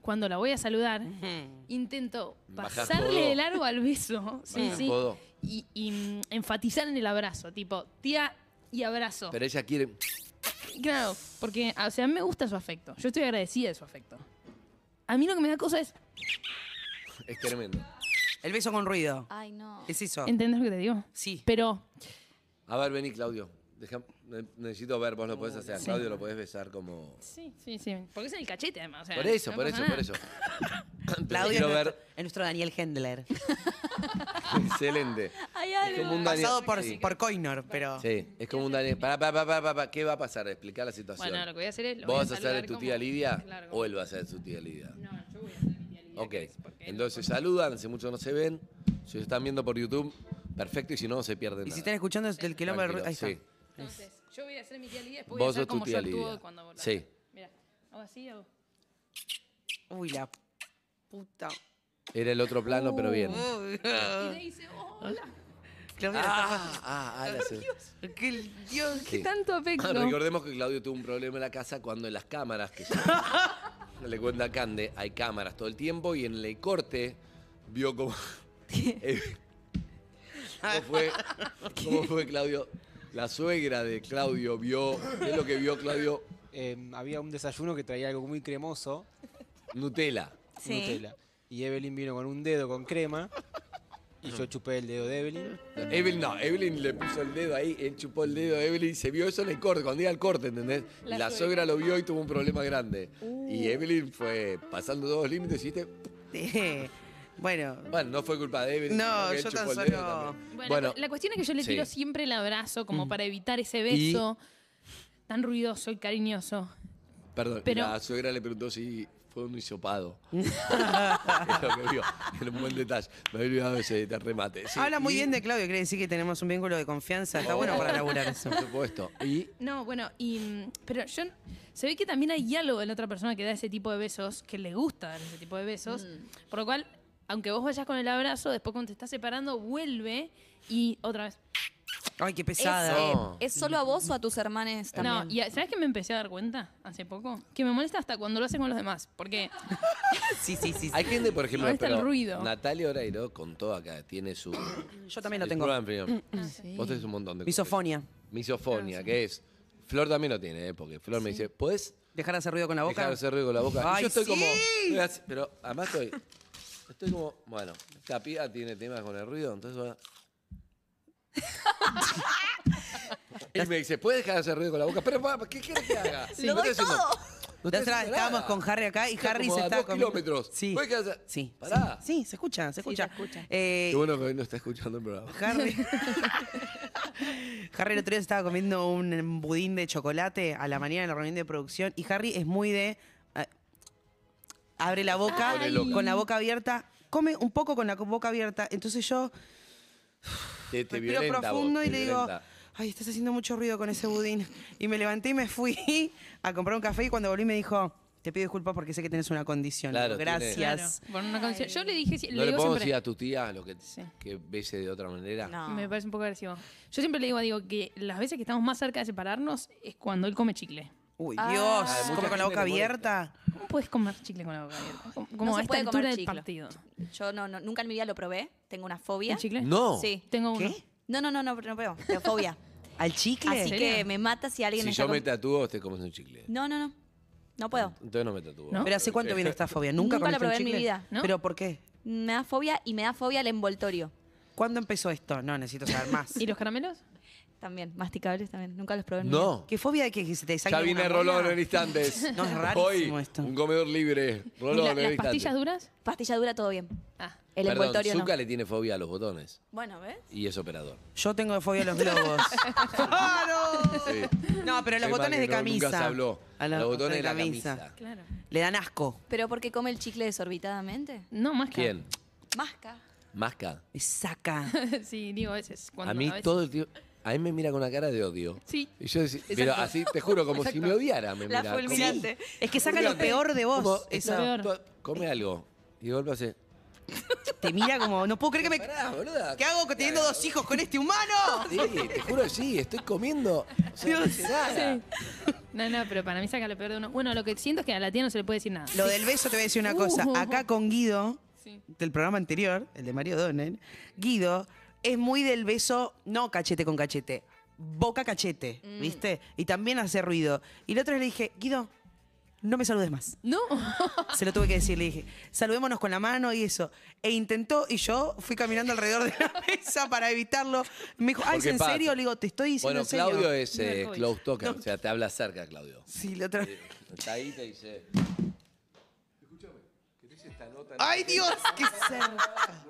E: Cuando la voy a saludar,
F: Mm.
E: intento
D: Bajás codo.
E: pasarle de largo al beso. (laughs) Sí,
D: Bajás
E: sí.
D: codo.
E: Y, y, mm, enfatizar en el abrazo, tipo, tía y abrazo.
D: Pero ella quiere.
E: Claro, porque, o sea, a mí me gusta su afecto. Yo estoy agradecida de su afecto. A mí lo que me da cosa es,
D: Es tremendo.
F: El beso con ruido.
G: Ay, no.
F: Es
D: Ah.
F: eso.
E: ¿entendés lo que te digo?
F: Sí.
E: Pero,
D: A ver, vení, Claudio. Deja- ne- necesito ver, vos lo podés hacer. A Claudio lo podés besar como.
E: sí, sí, sí. Porque es en el cachete, además. o sea,
D: Por eso,
E: no
D: por
E: pasa
D: eso,
E: nada.
D: por eso. (laughs) Pero
F: Claudio es
D: quiero
F: nuestro,
D: ver.
F: es nuestro Daniel Hendler.
D: Excelente.
G: Hay
D: Es como
G: algo.
D: un
F: Pasado
D: Daniel-
F: por,
D: sí.
F: por Coinor, pero.
D: Sí, es como un Daniel. Pará, pará, pará, pará, pará. ¿Qué va a pasar? Explicar la situación.
E: Bueno, lo que voy a hacer es... Lo
D: ¿Vos
E: voy
D: vas a ser de
E: saludar
D: tu
E: como-
D: tía Lidia
E: (laughs) Claro, como-
D: o él va a ser de su tía Lidia?
E: No, yo voy a ser mi tía Lidia.
D: Ok,
E: Cris, porque
D: entonces saludan, hace mucho no se ven. Si se están viendo por YouTube, perfecto, y si no, no se pierden
F: Y si
D: nada.
F: están escuchando es del quilombo de
D: Tranquilo,
F: ruido. Ahí está.
D: sí.
E: Entonces, yo voy a ser mi tía Lidia, después voy
D: Vos
E: a
D: sos
E: hacer
D: tu
E: como
D: tía
E: yo actúo
D: Lidia.
E: cuando volvamos.
D: Sí.
E: Mira, hago así, hago...
F: Uy, la puta.
D: Era el otro plano, pero bien.
E: Uh,
F: Uy.
E: Y le dice, hola.
F: Claudia,
D: Ah, ah, ah, la se-
F: la- (laughs) qué Dios.
D: Sí.
E: Tanto afecto.
D: Ah, Recordemos que Claudio tuvo un problema en la casa cuando en las cámaras, que le cuenta a Cande, hay cámaras todo el tiempo y en el corte vio cómo, eh, (laughs) cómo fue, cómo fue Claudio. La suegra de Claudio vio, ¿qué es lo que vio Claudio?
H: Eh, había un desayuno que traía algo muy cremoso,
D: Nutella.
G: Sí.
H: Nutella. Y Evelyn vino con un dedo con crema Y yo chupé el dedo de Evelyn.
D: Evelyn no, Evelyn le puso el dedo ahí, él chupó el dedo, Evelyn se vio eso en el corte, cuando iba al corte, ¿entendés? La,
E: La
D: suegra lo vio y tuvo un problema grande. Y Evelyn fue pasando todos los límites, ¿viste?
F: Bueno.
D: Bueno, no fue culpa de Evelyn. sino
F: No,
D: que él
F: yo
D: chupó
F: tan
D: el dedo
F: solo-
D: también.
E: Bueno,
D: Bueno,
E: la cu- la cuestión es que yo le
D: sí. Mm.
E: tiro siempre el abrazo como para evitar ese beso tan ruidoso y cariñoso.
D: perdón,
E: pero-
D: la suegra le preguntó si fue un
F: (laughs)
D: hisopado. (laughs) es lo que vio, era un buen detalle. Me había olvidado ese remate. Sí,
F: Habla muy
D: y-
F: bien de Claudio, quiere decir que tenemos un vínculo de confianza. Está bueno (laughs) para
D: (laughs)
F: laburar eso.
D: Por supuesto. Y
E: No, bueno, y mm, pero yo se ve que también hay algo en la otra persona que da ese tipo de besos, que le gusta dar ese tipo de besos,
G: Mm.
E: por lo cual, aunque vos vayas con el abrazo, después cuando te estás separando, vuelve y otra vez.
F: Ay, qué
G: ¿Es,
F: pesada.
G: eh,
D: No.
G: ¿Es solo a vos o a tus hermanes
E: No,
G: también?
E: y ¿sabes que me empecé a dar cuenta hace poco? Que me molesta hasta cuando lo hacen con los demás, porque
F: Sí, sí, sí. sí.
D: hay gente, por ejemplo,
E: Molesta el
D: pero
E: ruido.
D: Natalia Oreiro contó acá, tiene
F: (coughs)
D: su...
F: Yo también lo
D: el
F: tengo.
D: programa
E: (coughs)
D: en fin. Vos tenés un montón de cosas.
F: Misofonia.
D: Misofonia, que es. Flor también lo tiene, ¿eh? porque Flor me dice, ¿podés
F: Dejar de hacer ruido con la boca.
D: dejar de hacer ruido con la boca? Y
F: Ay,
D: yo estoy
F: sí.
D: como. estoy así, Pero además estoy. Estoy como. Bueno, esta piba tiene temas con el ruido, entonces.
F: (laughs)
D: ahora- y me dice, ¿puedes dejar de hacer ruido con la boca? Pero, papá, ¿qué quieres que haga?
G: ¡Lo doy todo!
D: No
F: La
D: estoy
F: otra vez
D: haciendo
F: estábamos
D: nada.
F: con Harry acá y
D: Está
F: Harry
D: como
F: se
D: a
F: está
D: dos
F: comiendo-
D: kilómetros.
F: Sí.
D: ¿Puedes quedar-
F: Sí.
D: Pará.
F: Sí, sí, se escucha, se escucha. Eh,
D: Qué bueno que hoy no está escuchando el programa.
G: (laughs)
F: Harry. Harry el otro día se estaba comiendo un budín de chocolate a la mañana en la reunión de producción y Harry es muy de ah, abre la boca
D: Pone loca.
F: con la boca abierta, come un poco con la co- boca abierta, entonces yo
D: Te, te
F: respiro
D: violenta vos,
F: profundo
D: te
F: y le digo,
D: violenta.
F: "Ay, estás haciendo mucho ruido con ese budín." Y me levanté y me fui a comprar un café y cuando volví me dijo, "Te pido disculpas porque sé que tenés una condición."
D: Claro, tiene-
F: Gracias.
E: claro, por una condición- Yo le dije, si-
D: ¿No
E: le
D: le
E: digo
D: podemos
E: siempre-
D: decir a tu tía lo que,
E: Sí.
D: que bese de otra manera?
G: No.
E: Me parece un poco agresivo. Yo siempre le digo a Diego que las veces que estamos más cerca de separarnos es cuando él come chicle.
F: Uy,
G: Ah.
F: Dios,
G: Ay,
D: mucha
F: come con
D: gente
F: la boca
D: le molesta.
F: abierta.
E: ¿Cómo puedes comer chicle con la boca abierta? Como- Como
G: No
E: a
G: se
E: esta
G: puede comer
E: altura del
G: chicle.
E: partido.
G: Yo no, no, nunca en mi vida lo probé. Tengo una fobia.
E: ¿El chicle?
D: No.
G: Sí.
E: Tengo uno.
F: ¿Qué?
G: No, no, no, no, no pruebo. Tengo
E: (laughs)
G: fobia.
F: ¿Al chicle?
G: Así
E: serio?
G: que me mata si alguien
D: Si
G: está
D: yo
G: con-
D: me tatúo, usted comes un chicle.
G: No, no, no. No puedo.
D: Entonces no me tatúo.
E: ¿No?
F: ¿Pero hace cuánto viene esta fobia? ¿Nunca,
G: Este, Nunca la
F: comiste
G: probé
F: un
G: en mi
F: chicle?
G: vida,
E: ¿no?
F: ¿Pero por qué?
G: Me da fobia y me da fobia el envoltorio.
F: ¿Cuándo empezó esto? No, necesito saber
G: (laughs)
F: más.
E: ¿Y los caramelos?
G: También, masticables también. Nunca los probé en mi vida.
D: No.
F: ¿Qué fobia de que se te salga
D: Ya viene
F: alguna bola?
D: Rolón en instantes.
F: No, es rarísimo
D: Hoy,
F: esto.
D: Un comedor libre.
E: ¿Y la-
D: Rolón en
E: ¿Las pastillas
D: instantes.
E: duras?
G: Pastilla dura, todo bien.
E: Ah.
G: El
D: Perdón,
G: envoltorio
D: Zucca
G: no.
D: le tiene fobia a los botones
G: Bueno, ¿ves?
D: y es operador.
F: Yo tengo
D: (laughs)
F: fobia a los globos. ¡Claro!
D: Sí.
F: No, pero a los
D: Tema
F: botones
D: que
F: de
D: no-
F: camisa.
D: Nunca se habló.
F: A
D: los botones de la camisa.
E: Claro.
F: Le dan asco.
G: ¿Pero porque come el chicle desorbitadamente?
E: No, más que.
D: ¿Quién?
G: Masca.
D: Masca.
G: (laughs)
F: Y saca.
E: sí, digo, a (laughs) veces. Cuando,
D: a mí
E: veces-
D: todo el tiempo... A mí me mira con una cara de odio.
E: Sí.
D: Y yo decía, pero así, te juro, como si me odiara, me
G: La
D: mira. como-
G: fulminante.
F: Es que saca lo peor de
D: Como,
F: vos.
D: está-
F: Eso.
E: peor.
D: to- come algo. Y de golpe hace.
F: Te mira como, no puedo creer que me...
D: Pará, boluda.
F: ¿Qué hago teniendo dos hijos con
D: (laughs)
F: este humano?
D: "Ah, Sí, te juro que sí, estoy comiendo. O sea, no hice nada.
E: No, no, pero para mí saca lo peor de uno. Bueno, lo que siento es que a la tía no se le puede decir nada.
F: Lo del beso te voy a decir una cosa. Acá con Guido,
E: Sí.
F: del programa anterior, el de Mario Donen, Guido es muy del beso, no cachete con cachete, boca cachete,
E: Mm.
F: ¿viste? Y también hace ruido. Y la otra vez le dije, Guido, no me saludes más.
E: No.
F: (laughs) Se lo tuve que decir, le dije, saludémonos con la mano y eso. E intentó, y yo fui caminando alrededor de la (laughs) mesa para evitarlo. Me dijo, ay,
D: Porque
F: ¿es ¿en
D: pasa.
F: serio? Le digo, te estoy diciendo
D: Bueno,
F: en serio.
D: Claudio es
E: No,
D: eh,
E: Covid.
D: close talker, o sea, te habla cerca, Claudio.
F: Sí, la otra vez.
D: Está ahí te dice.
F: ¡Ay, Dios! ¡Qué cerca!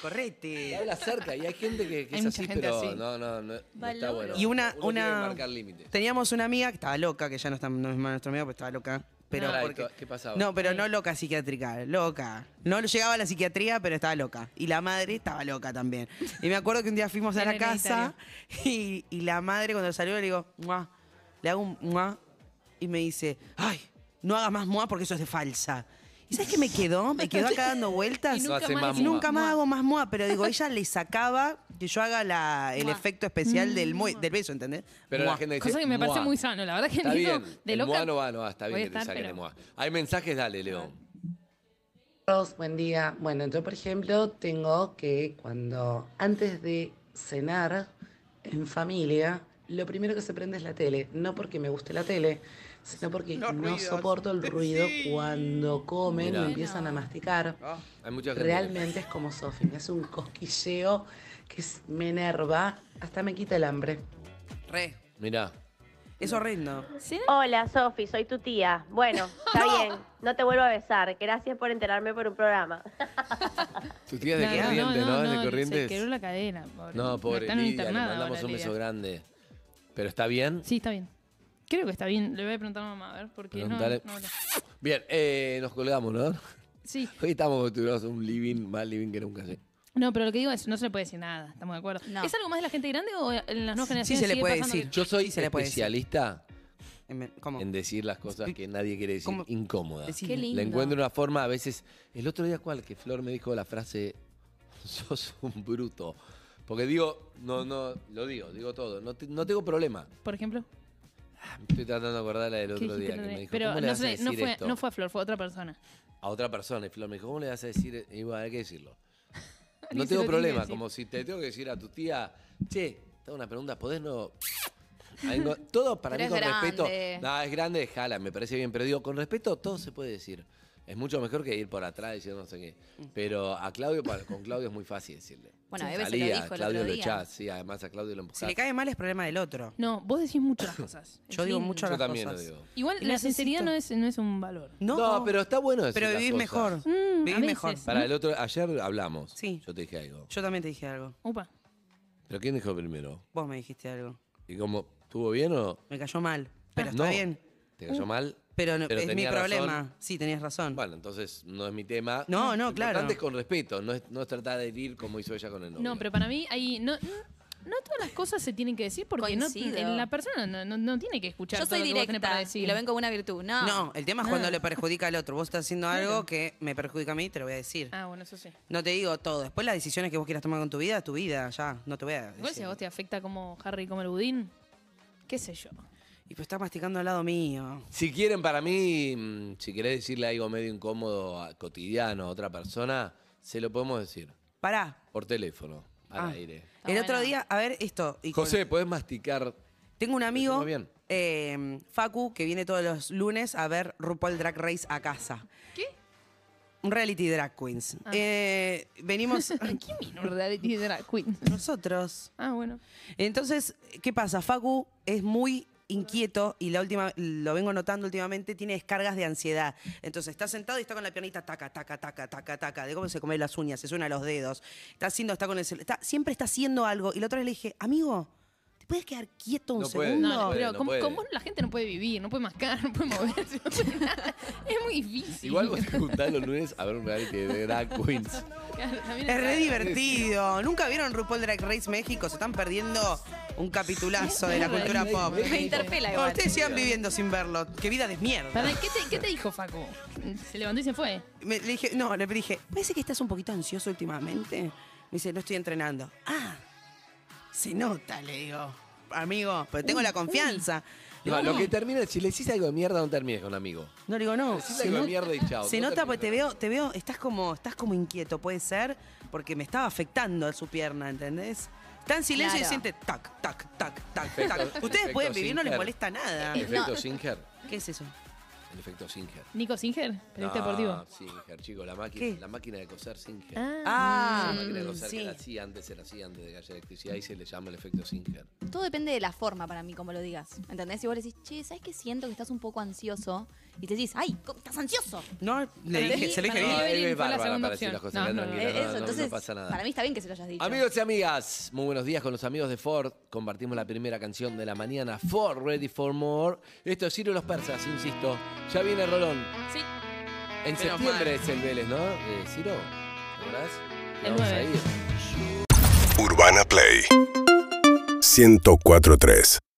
F: Correte.
D: Te habla cerca y hay gente que, que
E: Hay
D: es
E: mucha
D: así,
E: gente
D: pero
E: así.
D: no, no, no, no está
G: Valoro.
D: bueno.
F: Y una,
D: Uno tiene que
F: una
D: marcar límites.
F: teníamos una amiga que estaba loca, que ya no, está, no es más nuestra amiga, pero estaba loca. Pero
D: Pará, ¿y
F: porque-
D: qué- qué pasaba?
F: No, pero no loca psiquiátrica, loca. No llegaba a la psiquiatría, pero estaba loca. Y la madre estaba loca también. Y me acuerdo que un día fuimos a
E: Bien
F: la casa y, y la madre cuando salió le digo, "Mua". le hago un mua y me dice, ay, no hagas más mua porque eso es de falsa. ¿Y sabes qué me quedó? Me quedó acá dando vueltas.
E: Y
D: No hace más
F: Y
E: mua.
F: nunca más
E: Mua.
F: hago más mua, pero digo, ella le sacaba que yo haga la- el
G: Mua.
F: efecto especial del, mue- del beso, ¿entendés?
D: Pero
F: Mua.
D: la gente dice.
E: Cosa que me parece
D: "Mua".
E: muy sano. La verdad que
D: Está
E: el Leo,
D: bien.
E: de
D: el
E: loca.
D: Mua no va, no va, está
E: voy
D: bien
E: a
D: que te
E: estar,
D: saquen
E: pero-
D: de Mua. Hay mensajes, dale, León.
K: Chicos, buen día. Bueno, yo por ejemplo tengo que cuando antes de cenar en familia, lo primero que se prende es la tele, no porque me guste la tele, sino porque
F: Los
K: no
F: ruidos.
K: soporto el ruido cuando comen
D: Mirá.
K: y empiezan a masticar.
D: Hay mucha gente.
K: Realmente es como Sofi, me hace un cosquilleo que es- me enerva, hasta me quita el hambre.
F: Re.
D: Mirá.
F: Es horrendo.
L: Hola, Sofi, soy tu tía. Bueno,
C: (laughs)
L: está bien, no te vuelvo a besar. Gracias por enterarme por un programa.
D: Tu tía es de Corrientes, ¿no? Es de
E: Se quebró
D: Corrientes.
E: la cadena. Pobre.
D: No, pobre
E: Está en un
D: Lidia, le
E: internado
D: mandamos
E: ahora,
D: un beso
E: Lidia.
D: grande. ¿Pero está bien?
E: Sí, está bien. Creo que está bien. Le voy a preguntar a mamá, a ver, porque no,
D: Preguntale.
E: no habla.
D: Bien, eh, nos colgamos, ¿no?
E: Sí.
D: Hoy estamos acostumbrados a un living, más living que nunca. ¿sí?
E: No, pero lo que digo es, no se le puede decir nada, estamos de acuerdo.
G: No.
E: ¿Es algo más de la gente grande o en las nuevas generaciones sigue pasando que-
D: Yo soy
F: Sí, se le puede decir.
D: especialista
F: ¿Cómo?
D: en decir las cosas que nadie quiere decir,
F: ¿Cómo?
D: incómoda.
F: Decime. Qué
D: Le
F: lindo.
D: encuentro una forma, a veces. El otro día, ¿cuál? Que Flor me dijo la frase: (laughs) sos un bruto. Porque digo, no, no, lo digo, digo todo. No, te- no tengo problema.
E: Por ejemplo,
D: Estoy tratando de acordarla del
E: ¿qué
D: otro
E: dijiste
D: día
E: el
D: que
E: otro
D: me
E: día?
D: dijo,
E: Pero
D: ¿cómo le
E: no,
D: vas a
E: sé,
D: decir
E: no, fue,
D: esto?
E: no fue a Flor, fue a otra persona.
D: a otra persona. Y Flor me dijo, ¿cómo le vas a decir? Y digo, hay que
G: (laughs)
D: decirlo.
E: Ni
D: No
E: se lo tiene
D: tengo
E: que
D: problema,
E: decir.
D: como si te tengo que decir a tu tía, che, tengo una pregunta, ¿podés no...? Ahí no- Todo para
G: Pero
D: mí
G: es
D: con
G: grande.
D: respeto. Nada, es grande, jala, me parece bien. Pero digo, con respeto todo se puede decir. Es mucho mejor que ir por atrás diciendo no sé qué. Pero a Claudio, pa- con Claudio es muy fácil decirle.
G: Bueno,
D: Sí.
G: Eve se lo
D: Salí,
G: dijo
D: a
G: el otro
D: Claudio lo
G: día.
D: echás, sí, además a Claudio lo empujás.
F: Si le cae mal es problema del otro.
E: No, vos decís
D: (laughs)
E: muchas cosas. Es
F: Yo digo
E: lindo.
F: mucho
D: Yo
F: las
D: también
F: cosas.
D: lo digo.
E: Igual
F: Y
E: la
F: las
E: sinceridad
F: insisto.
E: no es, no es un valor.
F: No,
D: No, pero está bueno decir
F: Pero
D: las
F: vivís
D: cosas.
F: mejor.
E: Mm, a
F: vivís mejor.
E: veces.
D: Para el otro, ayer hablamos.
F: Sí.
D: Yo te dije algo.
F: Yo también te dije algo.
E: Upa.
D: ¿Pero quién dijo primero?
F: Vos me dijiste algo.
D: ¿Y cómo? ¿Estuvo bien o...?
F: Me cayó mal. Pero
D: Ah, No.
F: está bien.
D: ¿Te cayó mal?
F: Pero, no-
D: Pero
F: es mi
D: tenía razón.
F: problema. Sí, tenías razón.
D: Bueno, entonces no es mi tema.
F: No, no,
D: Lo
F: claro.
D: importante es con respeto, no es, no es tratar de herir como hizo ella con el novio.
E: No, pero para mí ahí no, no todas las cosas se tienen que decir porque no,
G: Coincido.
E: en la persona no, no- no tiene que escuchar
G: Yo
E: todo
G: soy
E: lo que vos tenés para
G: directa
E: decir.
G: y lo ven como una virtud. No.
F: No, el tema es
E: Ah.
F: cuando le perjudica al otro. Vos estás haciendo algo que me perjudica a mí, te lo voy a decir.
E: Ah, bueno, eso sí.
F: No te digo todo. Después las decisiones que vos quieras tomar con tu vida, es tu vida, ya. No te voy a
E: Igual si
F: decir.
E: a vos te afecta como Harry come el budín, qué sé yo.
F: Y pues estás masticando al lado mío.
D: Si quieren, para mí, mm, si querés decirle algo medio incómodo, a- cotidiano, a otra persona, se lo podemos decir.
F: Pará.
D: Por teléfono, al
F: Ah.
D: aire.
F: el otro día, a ver esto. y con-
D: José, ¿podés masticar?
F: Tengo un amigo,
D: Muy bien.
F: eh, Facu, que viene todos los lunes a ver RuPaul Drag Race a casa.
E: ¿Qué?
F: Un reality drag queens.
E: Ah.
F: Eh,
E: (laughs)
F: venimos
E: ¿Quién vino reality drag queen?
F: nosotros.
E: Ah, bueno.
F: Entonces, ¿qué pasa? Facu es muy inquieto y la última lo vengo notando últimamente tiene descargas de ansiedad entonces está sentado y está con la piernita taca taca taca taca taca de cómo se come las uñas se suena los dedos está haciendo está con el cel- está siempre está haciendo algo y la otra vez le dije amigo te puedes quedar quieto un
D: No puede,
F: segundo
E: No, no,
D: puede,
E: pero
D: no
E: como,
D: puede.
E: como la gente no puede vivir, no puede mascar, no puede moverse, no puede nada. Es muy difícil.
D: Igual vos te juntás los lunes a ver un reality de
F: (laughs)
D: drag queens.
E: Claro, también
F: Es re
E: está-
F: divertido. ¿Nunca vieron RuPaul Drag Race México? Se están perdiendo un capitulazo de la cultura pop.
G: Me interpela
F: No,
G: igual.
F: ustedes sigan viviendo sin verlo. Qué vida de mierda.
E: Pará, ¿qué, te, ¿Qué te dijo Facu? Se levantó y se fue.
F: Me- le dije, no, le dije, parece que estás un poquito ansioso últimamente. Me dice, no estoy entrenando. Ah, se nota, le digo. Amigo, pero tengo la confianza.
D: No,
F: Le digo,
D: lo que termina es, si le decís algo de mierda, no termines con un amigo.
F: No, le digo, no.
D: Decís
F: se
D: algo de
F: nota-
D: mierda y chao.
F: Se
D: no
F: nota
D: termines
F: porque te
D: con-
F: veo, te veo, estás como, estás como inquieto, puede ser, porque me estaba afectando su pierna, ¿entendés? Está en silencio y
G: Claro.
F: siente tac, tac, tac, tac,
D: Efecto-
F: tac. Ustedes
D: efecto
F: pueden vivir, no les
D: Sinclair.
F: molesta nada.
D: El
G: Eh,
D: efecto
G: no.
D: Singer.
F: ¿Qué es eso?
D: El efecto Singer.
E: ¿Nico Singer? Periodista
D: No,
E: deportivo.
D: Ah, Singer, chico, la máquina,
F: ¿Qué?
D: la máquina de coser Singer.
F: Ah,
D: La máquina de
F: mm,
D: coser que
F: sí.
D: la hacía antes, se la hacía antes de que haya electricidad y se le llama el efecto Singer.
G: Todo depende de la forma para mí, como lo digas. ¿Entendés? Si vos le decís, che, ¿sabes que siento que estás un poco ansioso? Y te decís, ay, ¿cómo estás ansioso?
F: No, le
E: Para
F: dije,
E: mí-
F: se lo dije
E: para
F: bien.
E: mí-
D: él
E: Evelyn
D: es
E: fue la
D: bárbara
E: segunda
D: para decir las
E: opción.
D: cosas.
E: No,
D: que
E: no,
D: andan
E: no.
D: bien,
G: Eh,
D: no,
G: Eso,
D: no, no
G: entonces,
D: pasa nada.
G: para mí está bien que se lo hayas dicho.
D: Amigos y amigas, muy buenos días con los amigos de Ford. Compartimos la primera canción de la mañana, Ford Ready for More. Esto es Ciro y los Persas, insisto. Ya viene Rolón.
E: Sí.
D: En
F: Menos
D: septiembre
F: mal.
D: es el Vélez, ¿no? Eh, Ciro, ¿verdad?
E: El
D: Vamos a
E: nueve.
D: ir.
M: Urbana Play 1043